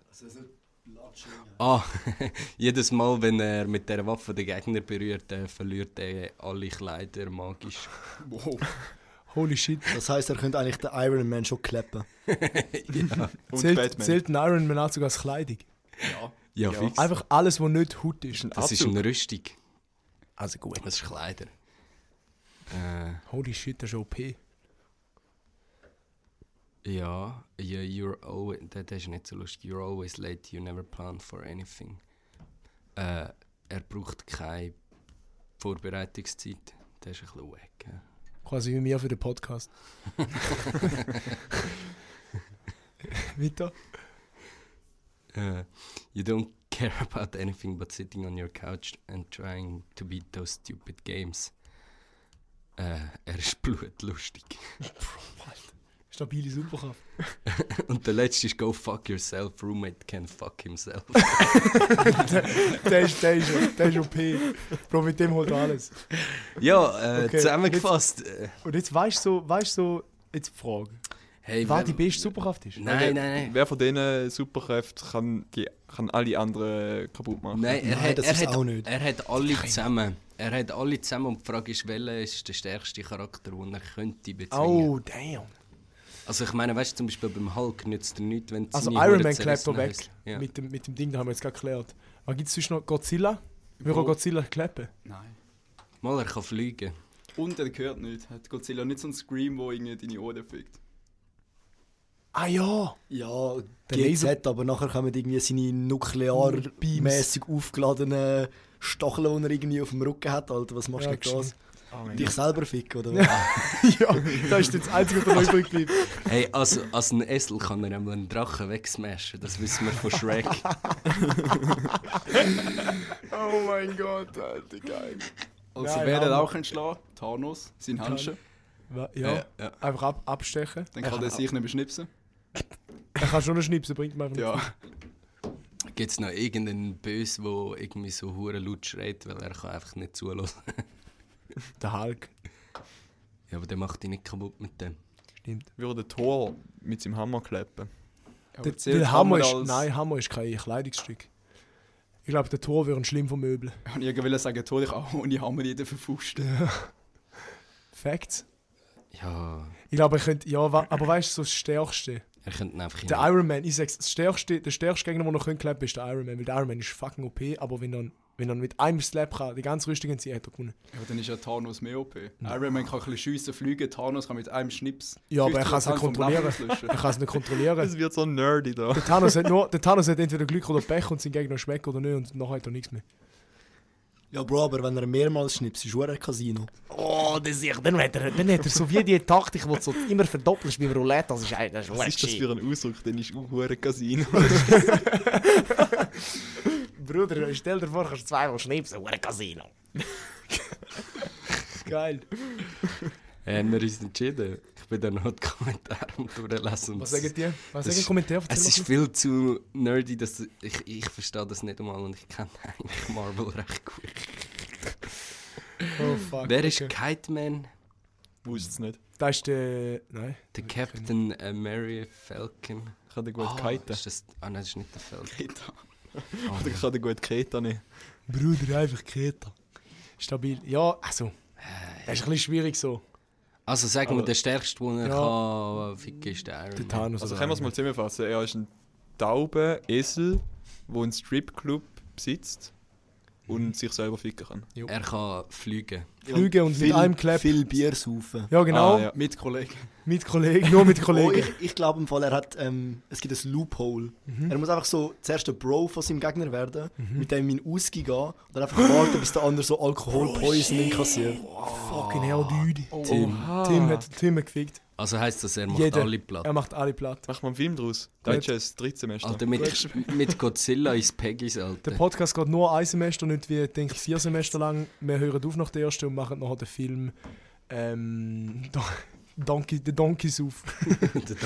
Speaker 5: Ah, jedes Mal, wenn er mit der Waffe den Gegner berührt, äh, verliert er alle Kleider magisch.
Speaker 1: Wow.
Speaker 3: Holy shit.
Speaker 6: Das heisst, er könnte eigentlich den Iron Man schon klappen.
Speaker 2: Und
Speaker 3: zählt,
Speaker 2: Batman.
Speaker 3: zählt ein Iron Man Anzug als Kleidung?
Speaker 5: Ja, fix.
Speaker 3: Einfach alles, was nicht Hut ist.
Speaker 5: Das ist eine Rüstung.
Speaker 3: Also gut.
Speaker 5: Das ist Kleider. Äh,
Speaker 3: Holy shit, das ist OP.
Speaker 5: ja, ja, you're always. Das ist nicht so lustig. You're always late, you never plan for anything. Äh, er braucht keine Vorbereitungszeit, das ist ein bisschen wack. Ja.
Speaker 3: Quasi wie mir für den Podcast. Weiter.
Speaker 5: Uh, you don't care about anything but sitting on your couch and trying to beat those stupid games. Äh, er ist blutlustig.
Speaker 3: Stabile Superkraft.
Speaker 5: Und der letzte ist Go fuck yourself, roommate can fuck himself.
Speaker 3: Der ist, der ist, der ist OP. Bro, mit dem holt er alles.
Speaker 5: ja,
Speaker 3: äh, Okay,
Speaker 5: zusammengefasst. äh,
Speaker 3: Und jetzt weißt du, so- weißt du, so, jetzt die Frage.
Speaker 5: hey,
Speaker 3: Wer
Speaker 5: wer-
Speaker 3: die beste Superkraft ist?
Speaker 5: Nein, nein, nein.
Speaker 2: Wer von diesen Superkräften kann, die, kann alle anderen kaputt machen?
Speaker 5: Nein, er,
Speaker 6: Nein,
Speaker 5: hat,
Speaker 6: das
Speaker 5: er,
Speaker 6: ist
Speaker 5: hat,
Speaker 6: auch nicht.
Speaker 5: er hat alle zusammen. Er hat alle zusammen und die Frage ist, welcher ist der stärkste Charakter, den er könnte bezwingen.
Speaker 3: Oh, damn.
Speaker 5: Also ich meine, weißt du, zum Beispiel beim Hulk nützt er nichts, wenn
Speaker 3: Also
Speaker 5: seine
Speaker 3: Iron
Speaker 5: Hure
Speaker 3: Man klebt
Speaker 5: zerrissen
Speaker 3: er weg.
Speaker 5: ist. Ja.
Speaker 3: Mit, dem, mit dem Ding, da haben wir jetzt gerade geklärt. Was gibt es sonst noch? Godzilla? Würde auch Godzilla kleppen?
Speaker 1: Nein.
Speaker 5: Mal, er kann fliegen.
Speaker 1: Und er hört nicht. Hat Godzilla nicht so einen Scream, der irgendwie deine Ohren fickt.
Speaker 3: Ah ja!
Speaker 6: Ja,
Speaker 3: Der
Speaker 6: GZ,
Speaker 3: Laser-
Speaker 6: aber nachher kommen irgendwie seine nuklearmäßig aufgeladenen Stacheln, die er irgendwie auf dem Rücken hat, Alter. Was machst du
Speaker 3: Ja,
Speaker 6: gegen das?
Speaker 2: mein
Speaker 6: Dich selber ficken, oder was?
Speaker 3: ja, das ist jetzt das Einzige, was noch übrig bleibt.
Speaker 5: Hey, also, als ein Esel kann er einmal einen Drachen wegsmashen, das wissen wir von Shrek.
Speaker 3: Oh mein Gott, Alter, geil.
Speaker 1: Also
Speaker 3: Nein,
Speaker 1: wer den
Speaker 3: Mann.
Speaker 1: auch entschlagen kann, Thanos, sein Handschuh,
Speaker 3: Ja, ja.
Speaker 5: Äh, ja.
Speaker 3: einfach ab, abstechen.
Speaker 1: dann kann er sich nicht beschnipsen.
Speaker 3: Er kann schon noch schnipsen, bringt mir einfach nichts.
Speaker 1: Ja.
Speaker 5: Gibt es noch irgendeinen Bös, der irgendwie so hure laut schreit, weil er kann einfach nicht zulassen
Speaker 3: Der Hulk.
Speaker 5: Ja, aber der macht dich nicht kaputt mit dem.
Speaker 3: Stimmt.
Speaker 2: Würde Thor mit seinem Hammer klappen?
Speaker 1: Aber
Speaker 3: Der,
Speaker 1: zählt
Speaker 3: der Hammer
Speaker 1: Hammer
Speaker 3: ist,
Speaker 1: als-
Speaker 3: nein, Hammer ist kein Kleidungsstück. Ich glaube, der Tor wäre ein schlimm Möbel.
Speaker 1: Und ich will sagen, tu dich auch ohne Hammer jeden verfusten.
Speaker 3: Facts.
Speaker 5: Ja,
Speaker 3: Ich glaube, ich könnte, ja, wa- aber weißt du, so das Stärkste.
Speaker 5: er könnte ihn einfach
Speaker 3: Der
Speaker 5: hinein-
Speaker 3: Iron Man, ich sag's, das stärkste, der stärkste Gegner, den noch können klappen, ist der Iron Man, weil der Iron Man ist fucking OP, aber wenn dann wenn dann mit einem Slap kann, die ganze Rüstung entziehen, hat er gewonnen.
Speaker 1: Aber dann ist ja Thanos mehr OP. Iron Man kann ein bisschen schiessen, fliegen, Thanos kann mit einem Schnips...
Speaker 3: Ja, aber er kann's nicht
Speaker 1: 50% vom
Speaker 3: kontrollieren.
Speaker 1: Leben auslöschen.
Speaker 3: Er kann es nicht kontrollieren.
Speaker 2: Es wird so nerdy da.
Speaker 3: der, Thanos hat nur, der Thanos hat entweder Glück oder Pech und sein Gegner schmeckt oder nicht und nachher hat er nichts mehr.
Speaker 6: Ja, Bro, aber wenn er mehrmals schnipst, ist er ein Casino.
Speaker 4: Oh, das ist, dann, hat er, dann hat er so wie die Taktik, die du so immer verdoppelst beim Roulette. Das ist eigentlich
Speaker 2: Was ist das für ein Ausdruck? Dann ist auch ein Casino.
Speaker 4: Bruder, stell dir vor, kannst du zweimal schnipsen, ein Casino.
Speaker 3: Geil.
Speaker 5: Haben wir uns entschieden? Ich bin dann noch die Kommentare am durchlesen. und
Speaker 3: Was
Speaker 5: es-
Speaker 3: sagen die? Was
Speaker 5: das
Speaker 3: sagen die
Speaker 5: ist-
Speaker 3: Kommentare? Erzähl
Speaker 5: Es
Speaker 3: doch
Speaker 5: ist
Speaker 3: mal.
Speaker 5: viel zu nerdy, dass ich, ich verstehe das nicht einmal und ich kenne eigentlich Marvel recht gut.
Speaker 3: Oh fuck.
Speaker 5: Wer ist
Speaker 3: okay.
Speaker 5: Kite Man?
Speaker 2: Wusste es nicht.
Speaker 3: Da ist der... Nein.
Speaker 5: Der Captain äh, Mary Falcon.
Speaker 2: Ich kann den gut
Speaker 5: Ah,
Speaker 2: kiten.
Speaker 5: Ist das, ah nein, das ist nicht der Ah, Falcon.
Speaker 1: Keta.
Speaker 2: Oder ich kann den gut ne. kiten nehmen.
Speaker 3: Bruder, einfach Keta. Stabil. Ja, also... Das ist ein bisschen schwierig so.
Speaker 5: Also sagen wir, der stärkste, den er kann, ficken ist der
Speaker 3: Der
Speaker 5: Iron Man.
Speaker 3: Thanos.
Speaker 2: Also
Speaker 3: oder
Speaker 2: können wir es mal zusammenfassen. Er ist ein Taube, Esel, der einen Stripclub besitzt und sich selber ficken kann.
Speaker 5: Er kann fliegen.
Speaker 3: Flüge und mit einem Clap.
Speaker 6: Viel Bier saufen.
Speaker 3: Ja, genau.
Speaker 2: Ah, ja.
Speaker 1: Mit Kollegen.
Speaker 3: Mit Kollegen, nur mit
Speaker 6: Oh,
Speaker 3: Kollegen.
Speaker 6: ich ich glaube im Fall, er hat, ähm, es gibt ein Loophole.
Speaker 3: Mhm.
Speaker 6: Er muss einfach so zuerst der Bro von seinem Gegner werden, mit dem in Uski gehen und dann einfach warten, bis der andere so
Speaker 3: Oh,
Speaker 6: Alkohol-Poisoning kassiert.
Speaker 3: Fucking hell, dude.
Speaker 5: Tim.
Speaker 3: Tim hat Tim hat gefickt.
Speaker 5: Also heisst das, er macht
Speaker 3: Jeder.
Speaker 5: alle platt.
Speaker 3: Er macht alle platt.
Speaker 2: Mach mal einen Film draus.
Speaker 3: Gut.
Speaker 2: Deutsches Drittsemester.
Speaker 5: Alter, mit, mit Godzilla ins Peggys,
Speaker 3: Der
Speaker 5: Alter.
Speaker 3: Podcast geht nur ein Semester, nicht wie, denke ich, vier Semester lang. Wir hören auf nach der ersten und machen nachher den Film ähm, Don- Donkey, The Donkeys auf.
Speaker 5: Der Donkey.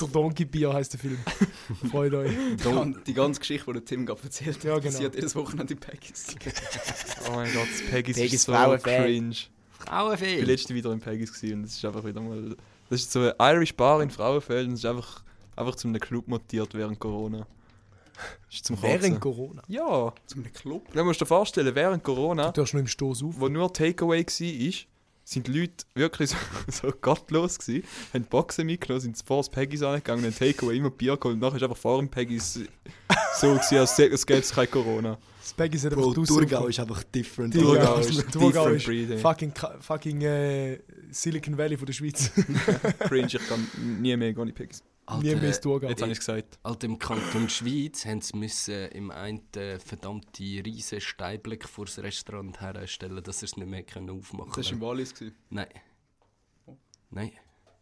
Speaker 3: Der Donkey Bier heisst der Film. Freut euch.
Speaker 5: Don-
Speaker 1: Die ganze Geschichte, die der Tim gerade erzählt hat,
Speaker 3: Ja, genau.
Speaker 1: passiert jedes Wochenende in Packers.
Speaker 2: Oh mein Gott, das Peggy's,
Speaker 4: Peggy's
Speaker 2: ist so
Speaker 4: Frauenfan.
Speaker 2: cringe. Ich war
Speaker 5: Frauenfehl.
Speaker 2: letzte wieder in Peggy's gewesen und das ist einfach wieder mal... Das ist so eine Irish Bar in Frauenfeld und es ist einfach, einfach zu einem Club mutiert während Corona. Das ist zum Kotzen.
Speaker 3: Während Corona.
Speaker 2: Ja,
Speaker 1: Zu einem Club.
Speaker 2: dann musst du dir vorstellen, während Corona,
Speaker 3: Du hast noch im Stoß auf.
Speaker 2: wo nur Takeaway war, sind die Leute wirklich so, so gottlos gewesen, haben die Boxen mitgenommen, sind vor das Peggy's angegangen, haben Takeaway immer Bier geholt und nachher ist einfach vor dem Peggy's so gewesen, als sä- als gäbe es kein Corona.
Speaker 3: Das Baggy ist einfach
Speaker 6: Bro,
Speaker 3: draussen
Speaker 6: Thurgau
Speaker 3: aufgekommen.
Speaker 6: ist einfach different.
Speaker 3: Thurgau
Speaker 2: Thurgau
Speaker 3: ist-
Speaker 2: ist
Speaker 3: Thurgau
Speaker 2: different
Speaker 3: ist
Speaker 2: breed, ey.
Speaker 3: Fucking, Ka- fucking äh, Silicon Valley von der Schweiz.
Speaker 2: Cringe, ich kann nie mehr gehen in Peggy's.
Speaker 3: Nie mehr ins
Speaker 5: Alter,
Speaker 3: Tun
Speaker 2: Jetzt
Speaker 3: gehen.
Speaker 2: habe ich es gesagt.
Speaker 5: Alter, im Kanton Schweiz haben sie müssen im einen verdammte riesen Steinblick vor das Restaurant herstellen, dass sie es nicht mehr können aufmachen
Speaker 1: Das war im
Speaker 5: können.
Speaker 1: Wallis. gewesen.
Speaker 5: Nein. Nein.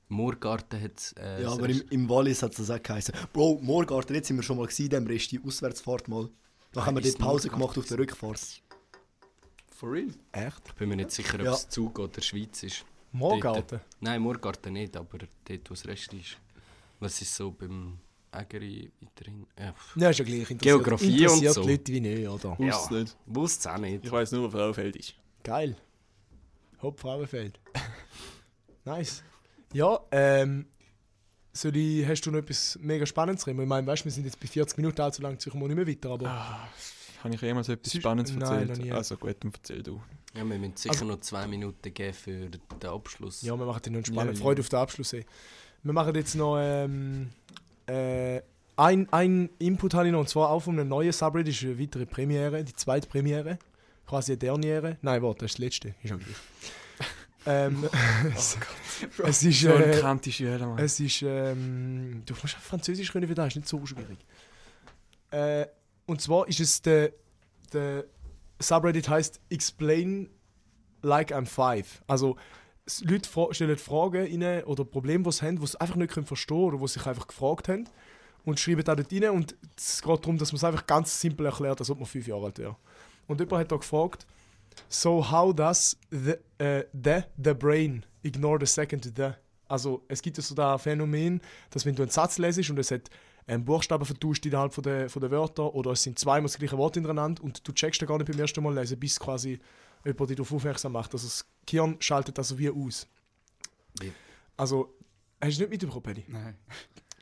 Speaker 5: Moorgarten hat äh,
Speaker 6: ja,
Speaker 5: das
Speaker 6: aber im, im Wallis hat es auch geheißen. Bro, Morgarten, jetzt sind wir schon mal gewesen, in dem Rest, die Auswärtsfahrt mal. Da haben wir
Speaker 5: ist
Speaker 6: dort Pause
Speaker 5: Morgarten
Speaker 6: gemacht auf der Rückfahrt.
Speaker 1: For real?
Speaker 3: Echt?
Speaker 5: Ich bin mir nicht sicher, ob
Speaker 6: Ja.
Speaker 5: es Zug oder Schweiz ist.
Speaker 3: Morgarten?
Speaker 5: Nein, Moorgarten nicht, aber dort, wo das Rest ist. Was ist so beim Ägeri weiterhin? Ja, pff.
Speaker 3: Ja, ist ja gleich. Interessiert,
Speaker 5: Geografie und
Speaker 3: interessiert
Speaker 5: so.
Speaker 3: die Leute wie nicht, oder?
Speaker 2: Wusste es nicht.
Speaker 5: Wusste es auch nicht.
Speaker 2: Ich weiß nur, wo Frauenfeld ist.
Speaker 3: Geil. Hopp, Frauenfeld. nice. Ja, ähm, soll ich, hast du noch etwas mega Spannendes zu reden? Ich meine, weißt, wir sind jetzt bei 40 Minuten, allzu lang suchen wir nicht mehr weiter, aber...
Speaker 2: Habe ich jemals etwas
Speaker 3: Sie-
Speaker 2: Spannendes
Speaker 3: Nein,
Speaker 2: erzählt?
Speaker 3: noch nie.
Speaker 2: Also gut, dann erzähl du.
Speaker 5: Ja, wir müssen sicher noch zwei Minuten geben für den Abschluss.
Speaker 3: Ja, wir machen den noch spannend.
Speaker 2: Ja, ja.
Speaker 3: Freude auf den Abschluss. Ey. Wir machen jetzt noch ähm, äh, ein, ein Input habe ich noch, und zwar auch von einem neuen Subreddit, ist eine weitere Premiere, die zweite Premiere, quasi eine Derniere. Nein, warte, das ist das letzte. Ist auch gleich. ähm, es, es ist...
Speaker 2: Oh So ein
Speaker 3: Äh,
Speaker 2: kantische Hölle, Mann.
Speaker 3: es ist, ähm, du musst auch Französisch können für das, ist nicht so schwierig. Äh, und zwar ist es der, der Subreddit heißt Explain like I'm five. Also s- Leute fra- stellen Fragen rein oder Probleme, die sie haben, die sie einfach nicht können verstehen oder die sie sich einfach gefragt haben und schreiben da dort rein und es geht darum, dass man es einfach ganz simpel erklärt, als ob man fünf Jahre alt wäre. Und jemand hat da gefragt, so how does the, äh, the, the brain ignore the second the? Also es gibt ja so das Phänomen, dass wenn du einen Satz lesest und es hat einen Buchstaben vertauscht innerhalb von der, von der Wörter oder es sind zweimal das gleiche Wort hintereinander und du checkst den gar nicht beim ersten Mal lesen, bis quasi jemand dich darauf aufmerksam macht. Also das Gehirn schaltet das so wie aus.
Speaker 5: Wie?
Speaker 3: Also, hast du nicht mitbekommen, Paddy?
Speaker 1: Nein.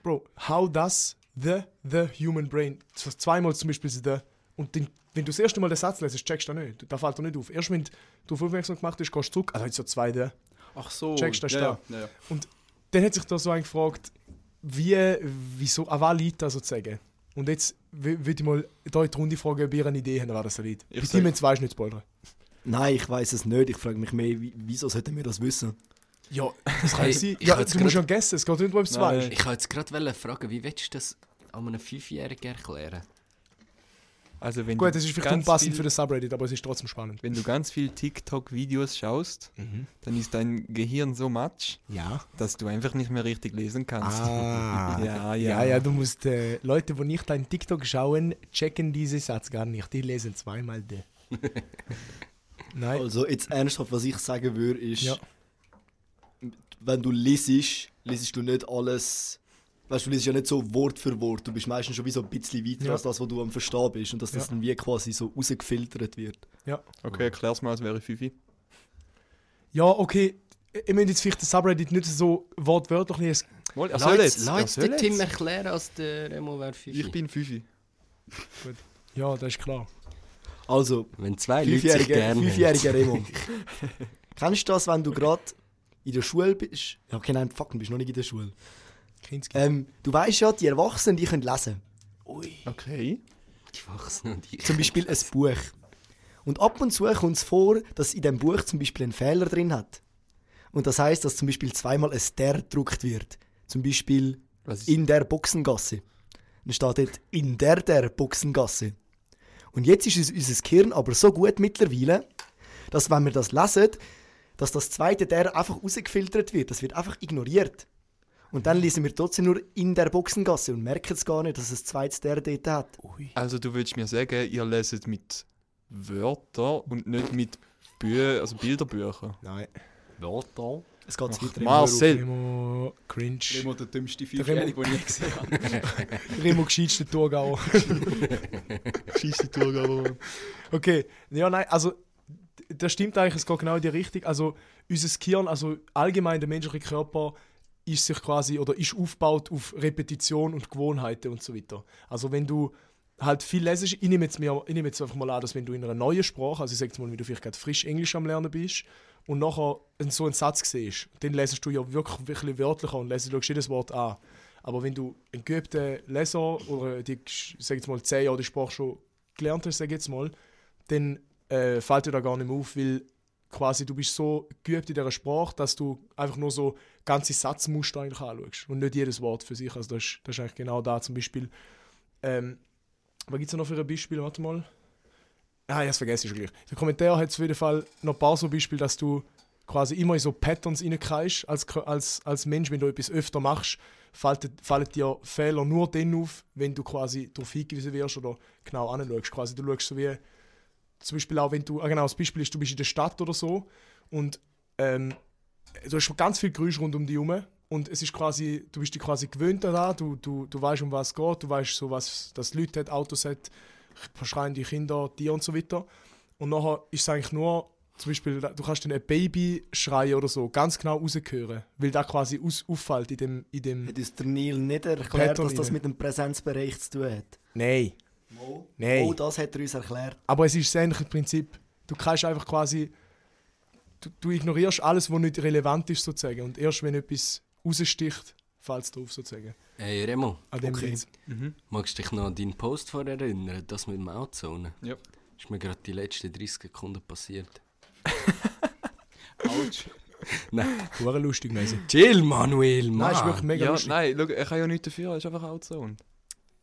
Speaker 3: Bro, how does the, the human brain, z- zweimal zum Beispiel das the, und den, wenn du das erste Mal den Satz lesest, checkst du den nicht. Da fällt er nicht auf. Erst wenn du darauf aufmerksam gemacht bist, gehst du zurück, also jetzt ja zwei the.
Speaker 1: Ach so.
Speaker 3: Checkst du das
Speaker 1: Oh, ja,
Speaker 3: da?
Speaker 1: ja, ja.
Speaker 3: Dann hat sich da so einen gefragt, wie, wieso, an was liegt das sozusagen? Und jetzt würde ich mal da in die Runde fragen, ob ihr eine Idee habt, an was das liegt.
Speaker 2: Ich
Speaker 3: Bei
Speaker 2: sag-
Speaker 3: Team jetzt weisst du nicht spoilern.
Speaker 6: Nein, ich weiß es nicht. Ich frage mich mehr, wie, wieso sollten wir das wissen?
Speaker 3: Ja, das kann
Speaker 5: Hey,
Speaker 3: sein.
Speaker 5: ich
Speaker 3: Ja,
Speaker 5: hab jetzt
Speaker 3: du musst ja
Speaker 5: grad-
Speaker 3: guessen, es geht nicht um das
Speaker 2: Nein.
Speaker 3: Weisst.
Speaker 5: Ich wollte jetzt gerade fragen, wie willst du das an einem Fünfjährigen erklären?
Speaker 2: Also wenn
Speaker 3: Gut,
Speaker 2: du
Speaker 3: das ist vielleicht
Speaker 2: ganz
Speaker 3: unpassend
Speaker 2: viel-
Speaker 3: für den Subreddit, aber es ist trotzdem spannend.
Speaker 2: Wenn du ganz viel TikTok-Videos schaust,
Speaker 3: Mhm.
Speaker 2: dann ist dein Gehirn so matsch,
Speaker 3: Ja.
Speaker 2: dass du einfach nicht mehr richtig lesen kannst.
Speaker 3: Ah.
Speaker 2: Ja, ja.
Speaker 3: Ja, ja, du musst, äh, Leute, die nicht dein TikTok schauen, checken diesen Satz gar nicht. Die lesen zweimal de. Nein.
Speaker 6: Also jetzt ernsthaft, was ich sagen würde, ist,
Speaker 3: Ja.
Speaker 6: wenn du lesest, lesest du nicht alles. Weißt du, du lesest ja nicht so Wort für Wort. Du bist meistens schon wie so ein bisschen weiter
Speaker 3: Ja.
Speaker 6: als das, was du am Verstehen bist. Und dass das
Speaker 3: Ja.
Speaker 6: dann wie quasi so rausgefiltert wird.
Speaker 2: Okay, erklär's mal, als wäre ich Fifi.
Speaker 3: Ja, okay. Ich meine jetzt vielleicht das Subreddit nicht so wortwörtlich. Es-
Speaker 2: Mal, er soll
Speaker 5: Lass
Speaker 2: jetzt. er
Speaker 5: lass
Speaker 2: soll
Speaker 5: den Tim
Speaker 2: jetzt.
Speaker 5: erklären, als der Remo wäre Fifi.
Speaker 2: Ah, Ich bin Fifi.
Speaker 3: Ja, das ist klar.
Speaker 6: Also,
Speaker 5: Wenn zwei Leute sich
Speaker 6: Fünfjähriger,
Speaker 5: gerne
Speaker 6: fünfjähriger Remo. Kennst du das, wenn du gerade in der Schule bist? Ja, okay, nein, fuck, du bist noch nicht in der Schule.
Speaker 3: Kinski.
Speaker 6: Ähm, du weißt ja, die Erwachsenen, die können lesen.
Speaker 2: Okay.
Speaker 5: Die Wachsen und ich.
Speaker 6: Zum Beispiel ein Buch. Und ab und zu kommt es vor, dass in dem Buch zum Beispiel ein Fehler drin hat. Und das heißt, dass zum Beispiel zweimal ein der gedruckt wird. Zum Beispiel
Speaker 2: Was ist-
Speaker 6: in der Boxengasse. Dann steht dort in der der Boxengasse. Und jetzt ist uns- unser Gehirn aber so gut mittlerweile, dass wenn wir das lesen, dass das zweite der einfach rausgefiltert wird. Das wird einfach ignoriert. Und dann lesen wir trotzdem nur in der Boxengasse und merken es gar nicht, dass es zweites der dort hat.
Speaker 2: Also du willst mir sagen, ihr leset mit Wörtern und nicht mit Bü also Bilderbüchern.
Speaker 3: Nein.
Speaker 5: Wörter.
Speaker 6: Es geht
Speaker 2: Ach,
Speaker 6: weiter.
Speaker 2: Marcel!
Speaker 3: Remo Cringe.
Speaker 1: Äh, Remo, der dümmste
Speaker 3: Remo-
Speaker 1: Fünfjährige, den ich je gesehen habe.
Speaker 3: Remo gescheitste Thurgau.
Speaker 2: Scheisse Tour, aber...
Speaker 3: Okay, ja, nein, also d- das stimmt eigentlich, es geht genau in die Richtung. Also unser Gehirn, also allgemein der menschliche Körper ist sich quasi oder ist aufgebaut auf Repetition und Gewohnheiten und so weiter. Also wenn du halt viel lesest, ich nehme jetzt, mir, ich nehme jetzt einfach mal an, dass wenn du in einer neuen Sprache, also ich sage jetzt mal, wenn du vielleicht gerade frisch Englisch am Lernen bist und nachher einen- so einen Satz siehst, dann lesest du ja wirklich ein bisschen wörtlicher und lesest, schaust jedes Wort an. Aber wenn du einen geübten Leser oder die, ich sag jetzt mal, 10 Jahre die Sprache schon gelernt hast, sag ich jetzt mal, dann äh, fällt dir da gar nicht mehr auf, weil quasi, du bist so geübt in dieser Sprache, dass du einfach nur so ganze Satzmuster eigentlich anschaust und nicht jedes Wort für sich. Also das ist, das ist eigentlich genau da zum Beispiel. Ähm, was gibt es noch für ein Beispiel? Warte mal. Ah, ich hab's vergessen, ist gleich. Der Kommentar hat auf jeden Fall noch ein paar so Beispiele, dass du quasi immer in so Patterns reinkommst als, als, als Mensch, wenn du etwas öfter machst, fallen, fallen dir Fehler nur dann auf, wenn du quasi darauf hingewiesen wirst oder genau anschaust. Quasi du schaust so wie, zum Beispiel auch wenn du, ah genau, das Beispiel ist, du bist in der Stadt oder so und ähm, du hast ganz viel Geräusche rund um dich herum und es ist quasi, du bist dich quasi gewöhnt daran, du, du, du weißt um was es geht, du weißt so was, dass Leute hat, Autos hat, verschreiende Kinder, Tiere und so weiter. Und nachher ist es eigentlich nur zum Beispiel, du kannst dann ein Baby schreien oder so ganz genau raushören, weil da quasi aus, auffällt in dem, in dem.
Speaker 6: Hat uns der Neil nicht erklärt,
Speaker 3: Pattern
Speaker 6: dass das
Speaker 3: rein.
Speaker 6: mit dem Präsenzbereich zu tun hat?
Speaker 3: Nein.
Speaker 6: Mo?
Speaker 3: Nein.
Speaker 6: Oh, das hat er uns erklärt.
Speaker 3: Aber es ist das ähnliche Prinzip. Du kannst einfach quasi. Du, du ignorierst alles, was nicht relevant ist, sozusagen. Und erst wenn etwas raussticht, fällt es drauf, sozusagen.
Speaker 5: Hey Remo,
Speaker 3: An dem
Speaker 6: Okay.
Speaker 3: Witz.
Speaker 5: magst du dich noch an deinen Post vorher erinnern? Das mit dem Outzone?
Speaker 2: Ja.
Speaker 5: Ist mir gerade die letzten 30 Sekunden passiert.
Speaker 1: Autsch.
Speaker 5: Nein.
Speaker 3: Hure lustig, mäßig.
Speaker 5: Chill, Manuel, Mann!
Speaker 3: Nein, ist wirklich mega
Speaker 2: ja,
Speaker 3: lustig.
Speaker 2: nein, schau, er kann ja nichts dafür, er ist einfach Outzone.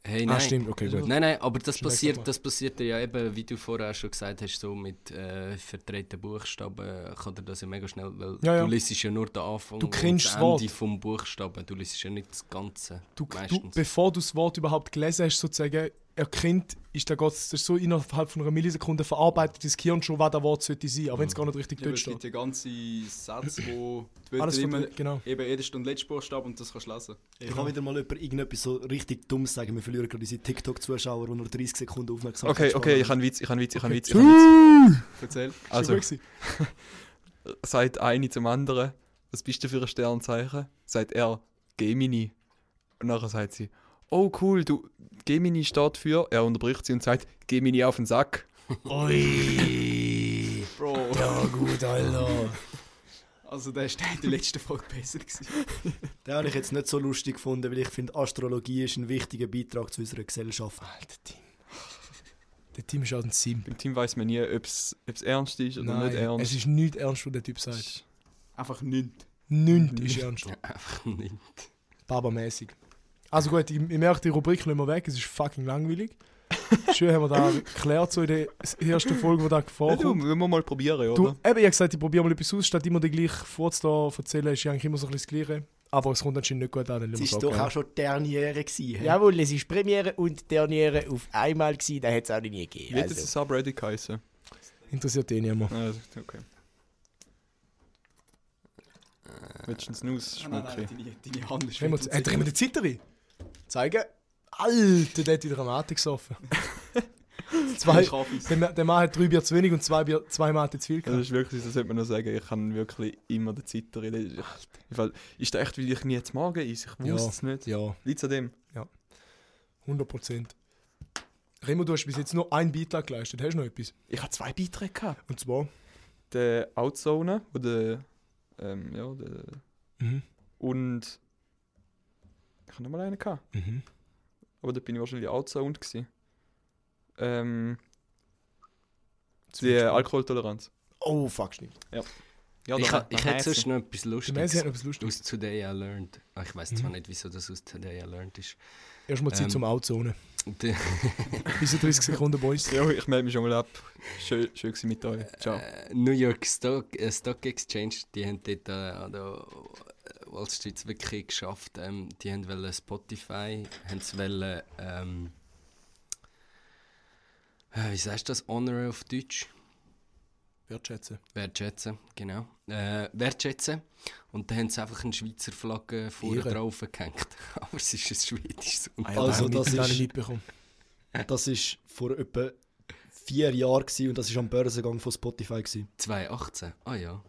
Speaker 5: Hey, nein.
Speaker 3: Ah, stimmt, okay, gut.
Speaker 5: Nein, nein, aber das
Speaker 3: Schlecht aber.
Speaker 5: passiert, das passiert ja eben, wie du vorher auch schon gesagt hast, so mit äh, verdrehten Buchstaben kann dir das ja mega schnell, weil
Speaker 3: Ja, ja.
Speaker 5: du liest ja nur den Anfang
Speaker 3: Du
Speaker 5: und das
Speaker 3: kennst das Wort.
Speaker 5: Ende vom Buchstaben, du liest ja nicht das Ganze,
Speaker 3: Du, du,
Speaker 5: meistens.
Speaker 3: bevor du das Wort überhaupt gelesen hast, sozusagen, erkennt, ist der Gott das ist so innerhalb von einer Millisekunde verarbeitet das Gehirn schon, was das Wort sollte sein, auch wenn es gar nicht richtig
Speaker 1: Ja, aber
Speaker 3: dort
Speaker 1: es gibt
Speaker 3: steht.
Speaker 1: ja ganze Sätze, wo die
Speaker 3: Alles von
Speaker 1: Wörter immer
Speaker 3: drin, genau.
Speaker 1: eben jede Stunde letzte Buchstabe und das kannst du lesen.
Speaker 6: Ich kann wieder mal über irgendetwas so richtig Dummes sagen. Wir verlieren gerade unsere TikTok-Zuschauer, die nur 30 Sekunden aufmerksam
Speaker 2: Okay, okay, ich habe Witz, ich habe Witz, ich habe Witz, ich habe Witz.
Speaker 3: Tschüss!
Speaker 1: Erzähl.
Speaker 2: Also,
Speaker 3: Ist ja gut gewesen.
Speaker 2: sagt eine zum anderen, was bist du für ein Sternzeichen? Sagt er, Gemini. Und nachher sagt sie, oh cool, du, Gemini steht für, er unterbricht sie und sagt, Gemini auf den Sack.
Speaker 5: Ui!
Speaker 1: Bro.
Speaker 6: Ja, gut, Alter.
Speaker 1: Also der ist in der letzten Folge besser gewesen.
Speaker 6: Den habe ich jetzt nicht so lustig gefunden, weil ich finde, Astrologie ist ein wichtiger Beitrag zu unserer Gesellschaft.
Speaker 3: Alter, Tim. Der Tim ist auch ein Simp.
Speaker 2: Im Team weiß man nie, ob es ernst ist oder
Speaker 3: Nein,
Speaker 2: nicht ernst.
Speaker 3: es ist nicht ernst, was der Typ sagt.
Speaker 1: Einfach nichts.
Speaker 3: Nichts
Speaker 2: Mhm.
Speaker 3: ist ernst.
Speaker 5: Einfach nicht.
Speaker 3: Babamäßig. Also gut, ich, ich merke, die Rubrik lassen wir weg, es ist fucking langweilig. Schön haben wir da geklärt, so in der ersten Folge, die da
Speaker 2: Ja, du,
Speaker 3: vorkommt.
Speaker 2: müssen wir mal probieren,
Speaker 3: Du,
Speaker 2: oder?
Speaker 3: eben, ich habe gesagt, ich probiere mal etwas aus, statt immer den gleichen Furz da zu erzählen, ist ja eigentlich immer so ein bisschen das Gleiche. Aber es kommt anscheinend nicht gut an, dann lassen
Speaker 6: Es
Speaker 3: wir
Speaker 6: war
Speaker 3: es
Speaker 6: doch
Speaker 3: auch
Speaker 6: auch schon Derniere. Gewesen, hä?
Speaker 4: Jawohl, es ist Premiere und Derniere auf einmal gewesen, da hätte es auch noch nie gegeben.
Speaker 2: Wie hat das
Speaker 4: Also.
Speaker 2: Subreddit geheißen?
Speaker 3: gerne. Interessiert den niemand.
Speaker 2: Ah, okay. Willst du einen Snooze, Schmucki?
Speaker 1: deine, deine Hand ist
Speaker 3: Drehen wir- Äh, drehen wir den Zitter rein. Zeigen. Alter, der hat wieder Matik gesoffen. zwei, der, Ma- der Mann hat drei Bier zu wenig und zwei, Bier, zwei Mate zu viel
Speaker 2: Das
Speaker 3: gehabt.
Speaker 2: ist wirklich, das sollte man noch sagen, ich kann wirklich immer den Zitter reden. Ich- weil- Ist das echt, weil ich nie jetzt Magen ist? Ich
Speaker 3: Ja.
Speaker 2: wusste es nicht.
Speaker 3: Ja,
Speaker 2: Liegt an dem?
Speaker 3: 100 Prozent. Remo, du hast bis jetzt nur einen Beitrag geleistet. Hast du noch etwas?
Speaker 2: Ich habe zwei Beiträge gehabt.
Speaker 3: Und zwar?
Speaker 2: Den Outzone, wo der, ähm, ja, der,
Speaker 3: Mhm.
Speaker 2: und ich habe nochmal einen gehabt.
Speaker 3: Mhm.
Speaker 2: Aber da bin ich wahrscheinlich Outzone gewesen. Ähm, die
Speaker 3: Beispiel.
Speaker 2: Alkoholtoleranz.
Speaker 4: Oh, fuck, stimmt.
Speaker 2: Ja,
Speaker 5: ich
Speaker 2: da
Speaker 5: ha,
Speaker 2: hat man
Speaker 5: ich hätte
Speaker 2: Häschen.
Speaker 5: sonst noch etwas
Speaker 3: Der Messi
Speaker 5: Lustiges
Speaker 3: hat noch etwas Lustiges.
Speaker 5: aus Today I Learned. Ah, Ich weiß zwar
Speaker 3: Mhm.
Speaker 5: nicht, wieso das aus Today I Learned ist.
Speaker 3: Erstmal Zeit
Speaker 5: Ähm.
Speaker 3: zum Outzonen.
Speaker 5: Und, äh,
Speaker 3: Bis 30 Sekunden, Boys.
Speaker 2: Ja, ich melde mich schon mal ab. Schön, schön gewesen mit euch. Ciao.
Speaker 5: Äh, New York Stock, äh, Stock Exchange, die haben dort äh, an der Wall Street es wirklich geschafft. Ähm, die haben wollen Spotify, haben es wollen, ähm, äh, wie heißt das, Honor auf Deutsch?
Speaker 3: Wertschätzen.
Speaker 5: Wertschätzen, genau. Äh, wertschätzen. Und dann haben sie einfach eine Schweizer Flagge vorne
Speaker 3: Irre. Ah,
Speaker 5: drauf gehängt. Aber es ist ein schwedisches. Und
Speaker 3: ja,
Speaker 6: Also,
Speaker 3: das
Speaker 6: das
Speaker 3: habe ich
Speaker 6: ist-
Speaker 3: mitbekommen.
Speaker 6: Das war vor etwa vier Jahren gewesen und das war am Börsengang von Spotify. Gewesen.
Speaker 5: 2018, ah ja.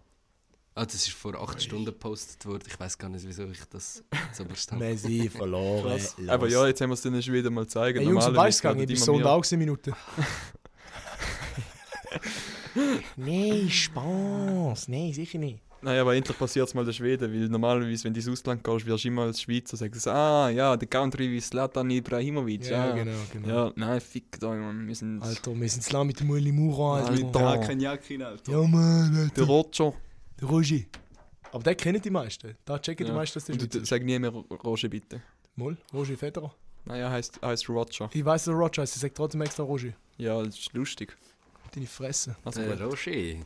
Speaker 5: Ah, das ist vor acht Stunden gepostet worden. Ich weiß gar nicht, wieso ich das so verstanden
Speaker 4: Messi verloren.
Speaker 2: Aber ja, jetzt haben wir es den Schweden mal zeigen.
Speaker 3: Hey, Jungs, du
Speaker 2: Normalerweise
Speaker 3: weißt gar
Speaker 2: werden
Speaker 3: nicht, ich
Speaker 2: immer
Speaker 3: war so und
Speaker 2: mehr-
Speaker 3: auch Minuten.
Speaker 4: Nein, Spaß. Nein, sicher nicht.
Speaker 2: Nein, aber endlich passiert es mal den Schweden, weil normalerweise, wenn du ins Ausland gehst, wirst du immer als Schweizer sagen, so, ah ja, der Country wie Slatan Ibrahimovic. Ja, ja.
Speaker 3: genau, genau.
Speaker 2: nein, fick euch, Mann. Wir sind
Speaker 3: Alter, wir sind klar mit dem Muli Maurer,
Speaker 2: Alter.
Speaker 3: Alter.
Speaker 6: Ah,
Speaker 1: Ja, kein Jakin, Alter.
Speaker 3: Ja, Mann,
Speaker 2: der
Speaker 3: Alter.
Speaker 2: Roger.
Speaker 3: Der Roger. Aber den kennen die meisten. Da checken die
Speaker 2: Ja.
Speaker 3: meisten, dass der
Speaker 2: Und
Speaker 3: Schweizer
Speaker 2: du-
Speaker 3: ist.
Speaker 2: Sag nie mehr Roger, bitte.
Speaker 3: Moll, Roger Federer.
Speaker 2: Nein, er heißt, heißt Roger.
Speaker 3: Ich weiss, der Roger heisst, ich sag trotzdem extra Roger.
Speaker 2: Ja, das ist lustig.
Speaker 3: Deine Fresse.
Speaker 2: Also,
Speaker 5: Der
Speaker 2: gut.
Speaker 5: Roger.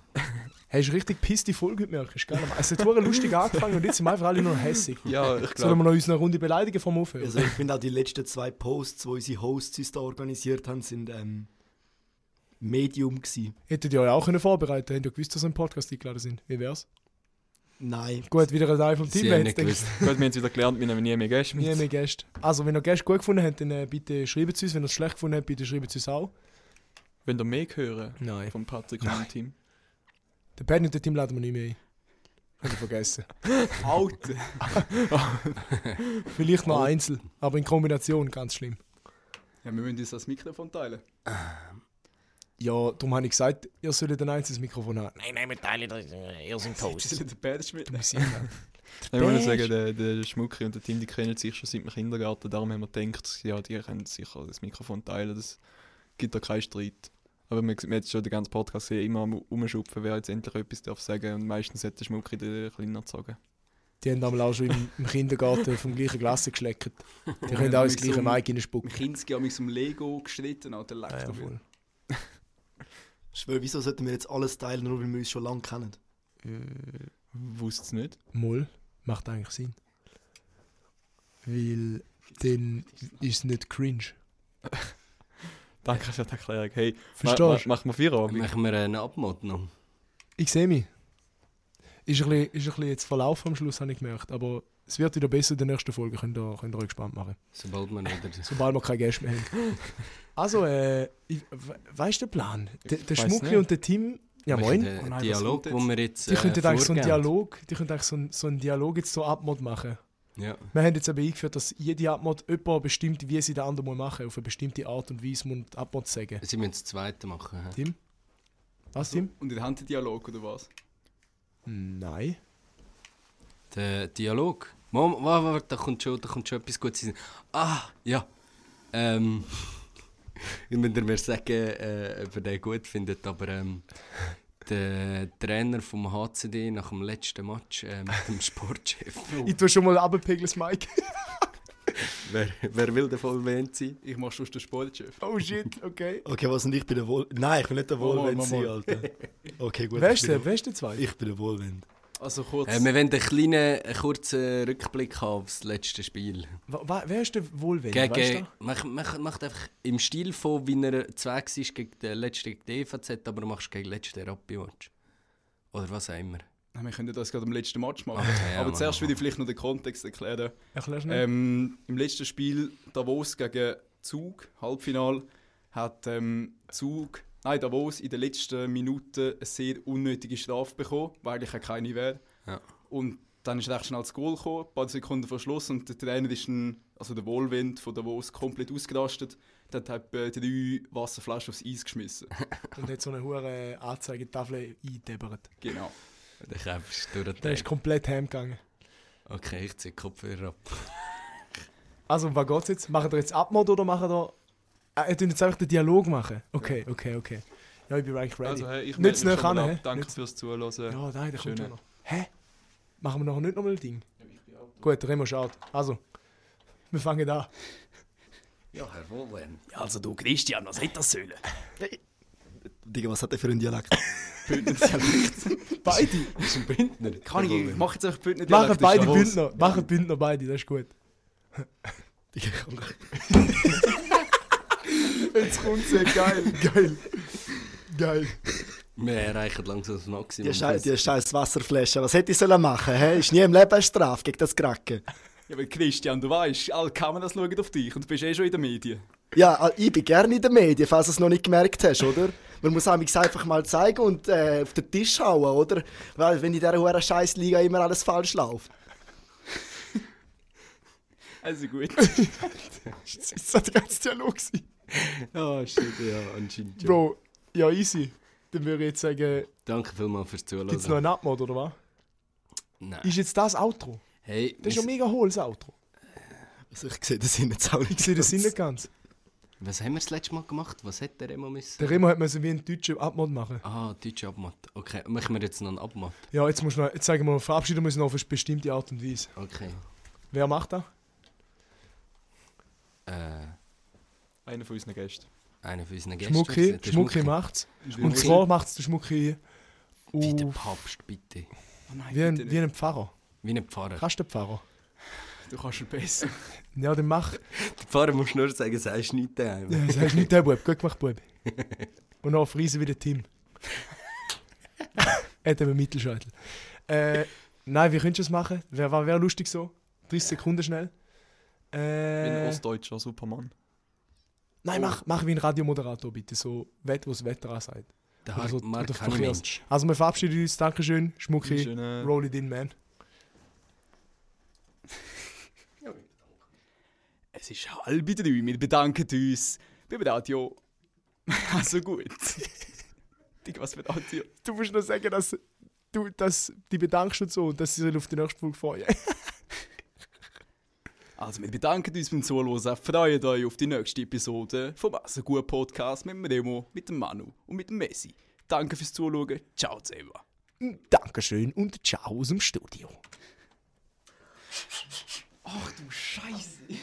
Speaker 3: Hast du richtig piss die Folge gemerkt? Ist geil. Es hat verdammt lustig angefangen und jetzt sind wir einfach alle nur noch hässig.
Speaker 2: ja, ich
Speaker 3: Sollen
Speaker 2: glaube.
Speaker 3: wir noch uns eine Runde beleidigen vom Aufhören?
Speaker 6: Also ich finde auch die letzten zwei Posts, die unsere Hosts uns da organisiert haben, sind ähm, Medium gewesen.
Speaker 3: Hättet ihr euch auch können vorbereiten können. Hättet ihr gewusst, dass wir im Podcast eingeladen sind. Wie wär's?
Speaker 6: Nein.
Speaker 3: Gut, wieder ein Teil vom Team.
Speaker 5: Sie haben nicht gewusst.
Speaker 2: Gut, wir haben es wieder gelernt, wir nehmen nie mehr Gäste
Speaker 3: Nie
Speaker 2: mit.
Speaker 3: mehr Gäste. Also, wenn ihr Gäste gut gefunden habt, dann äh, bitte schreibt es uns. Wenn ihr es schlecht gefunden habt, bitte schreibt es uns auch.
Speaker 2: Wenn ihr mehr hören
Speaker 3: Nein.
Speaker 2: vom Patrick und dem Team.
Speaker 3: Den Penny und den Team laden wir nicht mehr ein. Hab ich vergessen.
Speaker 1: Alter.
Speaker 3: Vielleicht mal einzeln, aber in Kombination ganz schlimm.
Speaker 1: Ja, wir müssen uns das Mikrofon teilen.
Speaker 3: Ja, darum habe ich gesagt, ihr sollt ein einzelnes Mikrofon haben.
Speaker 4: Nein, nein, wir teilen das. Ihr seid
Speaker 1: Das
Speaker 4: Hosts.
Speaker 1: ist der Badge mit.
Speaker 3: Nein, Simon.
Speaker 2: Ich muss sagen, der, der Schmucki und der Team, die kennen sich schon seit dem Kindergarten. Darum haben wir gedacht, ja, die können sicher das Mikrofon teilen. Das gibt da keinen Streit. Aber man, man hat schon den ganzen Podcast gesehen, immer am umschupfen, wer jetzt endlich etwas darf sagen. Und meistens hat der Schmucki den Kleiner gezogen.
Speaker 3: Die haben damals auch schon im, im Kindergarten vom gleichen Glas geschleckt. Die können auch ins gleiche Mike
Speaker 1: Im
Speaker 3: reinspucken.
Speaker 1: Kinski haben wir um Lego gestritten, Alter. Leck
Speaker 3: Ah Ja,
Speaker 1: doch wieder.
Speaker 3: voll.
Speaker 6: Ich schwöre, wieso sollten wir jetzt alles teilen, nur weil wir uns schon lange kennen?
Speaker 2: Wusste es nicht.
Speaker 3: Moll macht eigentlich Sinn. Weil dann ist es nicht cringe.
Speaker 2: Danke für die Erklärung. Hey,
Speaker 3: Verstehst
Speaker 2: ma, ma,
Speaker 3: du?
Speaker 2: machen wir Feierabend?
Speaker 5: Machen wir einen Abmod noch.
Speaker 3: Ich sehe mich. Ist ein, bisschen, ist ein bisschen jetzt verlaufen am Schluss, habe ich gemerkt. Aber es wird wieder besser in der nächsten Folge. Könnt ihr, könnt ihr euch gespannt machen.
Speaker 5: Sobald wir wieder.
Speaker 3: Sobald wir keine Gäste mehr haben. Also, äh, ich- we- weißt du den Plan? Der, der
Speaker 2: weiss
Speaker 3: Schmuckli
Speaker 2: nicht.
Speaker 3: und der Team. Ja, moin.
Speaker 5: Der
Speaker 1: Oh nein, was
Speaker 5: Dialog,
Speaker 1: kommt
Speaker 5: wo wir jetzt. äh,
Speaker 3: Die könnten eigentlich so einen
Speaker 5: vorgeben.
Speaker 3: Dialog, die könnten eigentlich so einen, so einen Dialog jetzt so Abmod machen.
Speaker 5: Ja.
Speaker 3: Wir haben jetzt eben eingeführt, dass jede Abmod jemand bestimmt, wie sie den anderen muss machen, auf eine bestimmte Art und Weise muss die Abmod sagen.
Speaker 5: Sie müssen das zweite machen. hä?
Speaker 3: Tim? Was, Tim?
Speaker 1: Und in Handdialog oder was?
Speaker 3: Nein.
Speaker 5: Der Dialog. Moment, warte, warte, da kommt schon, da kommt schon etwas Gutes rein. Ah, ja. Ähm. Ich würde mir sagen, äh, ob ihr den gut findet, aber ähm, der Trainer vom HCD nach dem letzten Match äh, mit dem Sportchef.
Speaker 3: Ich tue schon mal abpegeln, das Mike.
Speaker 5: wer, wer will davon erwähnt sein?
Speaker 1: Ich mach schon den Sportchef.
Speaker 3: Oh shit, okay.
Speaker 6: Okay, was und ich bin der Wohl... Nein, ich bin nicht der
Speaker 1: Mal, mal,
Speaker 6: Wohlwind
Speaker 1: mal,
Speaker 6: sein,
Speaker 1: mal.
Speaker 6: Alter. Okay, gut.
Speaker 3: Wer ist
Speaker 6: ich bin
Speaker 3: der? Wer ist der zweite?
Speaker 6: Ich bin der Wohlwind.
Speaker 1: Also kurz.
Speaker 5: Äh, wir wollen einen kleinen, einen kurzen Rückblick haben aufs letzte Spiel.
Speaker 3: Wa- wa- wer ist der Wohlwähler?
Speaker 5: Gegen,
Speaker 3: Gegen.
Speaker 5: mach, mach, macht einfach im Stil von, wie er zweig ist gegen den letzten gegen die EVZ, aber machst gegen den letzten Rappi-Watch. Oder was auch immer.
Speaker 1: Nein, wir können das gerade am letzten Match machen.
Speaker 5: Okay, ja,
Speaker 1: Aber
Speaker 5: mach
Speaker 1: zuerst
Speaker 5: mal.
Speaker 1: will ich vielleicht noch den Kontext erklären.
Speaker 3: Erklärst
Speaker 2: Hm. äh,
Speaker 3: du nicht?
Speaker 1: Ähm, Im letzten Spiel Davos gegen Zug, Halbfinal, hat ähm, Zug, nein, Davos in den letzten Minuten eine sehr unnötige Strafe bekommen, weil eigentlich auch keine wäre.
Speaker 5: Ja.
Speaker 1: Und dann ist recht schnell das Goal gekommen, ein paar Sekunden vor Schluss und der Trainer ist, ein, also der Wohlwind von Davos, komplett ausgerastet. Dann hat er etwa drei Wasserflaschen aufs Eis geschmissen.
Speaker 3: Und hat so eine hohe Anzeigetafel eingebert.
Speaker 1: Genau.
Speaker 5: Der Käfer ist durch
Speaker 3: Der
Speaker 5: den
Speaker 3: ist komplett heimgegangen.
Speaker 5: Okay, ich ziehe die Kopfhörer ab.
Speaker 3: Also, um was geht's jetzt? Machen wir jetzt Abmod oder machen wir. Ah, ihr könnt jetzt einfach den Dialog machen. Okay, okay, okay. Ja, ich bin eigentlich ready.
Speaker 2: Also, hey, ich
Speaker 3: Nicht zu
Speaker 2: melde mich
Speaker 3: nah
Speaker 2: schon mal
Speaker 3: ran,
Speaker 2: ab.
Speaker 3: hä?
Speaker 2: Danke
Speaker 3: Nicht-
Speaker 2: fürs Zuhören.
Speaker 3: ja, nein, der kommt
Speaker 2: Schöne.
Speaker 3: schon noch. Hä? Machen wir nachher nicht nochmal ein Ding? Gut, Remo schaut. Also, wir fangen an.
Speaker 5: Ja, Herr Wohlwend.
Speaker 4: Also du, Christian, was hat das sollen?
Speaker 6: Digga, was hat der für einen Dialekt?
Speaker 3: Beide!
Speaker 5: Ist ein Bündner.
Speaker 1: Kann ich, mach jetzt einfach Bündner
Speaker 3: Machen
Speaker 1: Dialekt,
Speaker 3: beide
Speaker 1: ist Davos.
Speaker 3: Bündner. Machen Bündner beide, das ist gut.
Speaker 6: Digga, komm,
Speaker 1: Jetzt kommt's, ey, geil.
Speaker 3: Geil. Geil.
Speaker 5: Wir erreichen langsam das
Speaker 6: die
Speaker 5: Maximum.
Speaker 6: scheiß, die scheiß Wasserflasche. Was hätte ich sollen machen? Hä? Ist nie im Leben eine Strafe gegen das Kracken.
Speaker 1: Ja, aber Christian, du weißt, alle Kameras schauen auf dich und du bist eh schon in den Medien.
Speaker 6: Ja, ah, ich bin gerne in den Medien, falls du es noch nicht gemerkt hast, oder? Man muss es einfach mal zeigen und äh, auf den Tisch hauen, oder? Weil wenn in dieser hohen Scheißliga immer alles falsch läuft.
Speaker 1: Also gut.
Speaker 3: Das war der ganze Dialog. gewesen.
Speaker 5: Ah, shit, ja, anscheinend schon.
Speaker 3: Bro, ja, easy. Dann würde ich jetzt sagen,
Speaker 5: Danke vielmals fürs Zuhören.
Speaker 3: gibt's noch einen Abmod oder was?
Speaker 5: Nein.
Speaker 3: Ist jetzt das Outro?
Speaker 5: Hey,
Speaker 3: Das ist ja
Speaker 5: was-
Speaker 3: mega hohles Outro.
Speaker 6: Also ich sehe das in der Zaun
Speaker 3: Ich sehe den Sinn nicht ganz.
Speaker 5: was haben wir das letzte Mal gemacht? Was hat der Remo müssen?
Speaker 3: Der Remo hat man so wie einen deutschen Abmod machen.
Speaker 5: Ah, deutsche Abmatt. Okay, machen wir jetzt noch einen Abmatt.
Speaker 3: Ja, jetzt, musst du noch, jetzt sagen wir, verabschieden wir uns noch auf eine bestimmte Art und Weise.
Speaker 5: Okay.
Speaker 3: Wer macht das?
Speaker 5: Äh,
Speaker 2: Einer von unseren Gästen.
Speaker 5: einer von unseren Gästen.
Speaker 3: Schmucki,
Speaker 5: Der
Speaker 3: Schmucki macht's. Und
Speaker 1: Schmucki.
Speaker 3: zwar macht's der Schmucki
Speaker 5: Wie der
Speaker 3: auf,
Speaker 5: Papst, bitte.
Speaker 3: wie, ein, wie ein Pfarrer.
Speaker 5: Wie ein Pfarrer.
Speaker 3: Kannst du den Pfarrer?
Speaker 1: Du kannst ihn besser.
Speaker 3: Ja, dann mach.
Speaker 5: Der Pfarrer musst du nur sagen, sagst nichts daheim.
Speaker 3: Ja, das heißt nicht der Bub. Gut gemacht, Bub. Und noch Friese wie der Tim. er hat eben Mittelscheitel. Äh, nein, wie könntest du das machen? Wäre wär, wär lustig so. 30 Sekunden schnell.
Speaker 2: Wie ein
Speaker 3: Äh,
Speaker 2: ostdeutscher Superman.
Speaker 3: nein, mach, mach wie ein Radiomoderator bitte. So, wett, was Wetter ansagt.
Speaker 5: Der
Speaker 3: Oder so-
Speaker 5: Hart mag
Speaker 3: oder
Speaker 5: kein
Speaker 3: Verkehrs-
Speaker 5: Mensch.
Speaker 3: Also, wir verabschieden uns. Dankeschön. Schmucki.
Speaker 2: Schöne-
Speaker 3: Roll it in, man.
Speaker 1: Es ist halb drei, wir bedanken uns beim Radio. Also gut. Digga, was für ein Radio.
Speaker 3: Du musst noch sagen, dass du dass die bedankst und so und dass sie sollen auf die nächste Folge freuen.
Speaker 1: Also wir bedanken uns beim Zuhören, freuen euch auf die nächste Episode vom Also gut Podcast mit dem Remo, mit dem Manu und mit dem Messi. Danke fürs Zuschauen, ciao zusammen.
Speaker 4: Dankeschön und ciao aus dem Studio.
Speaker 1: Scheiße.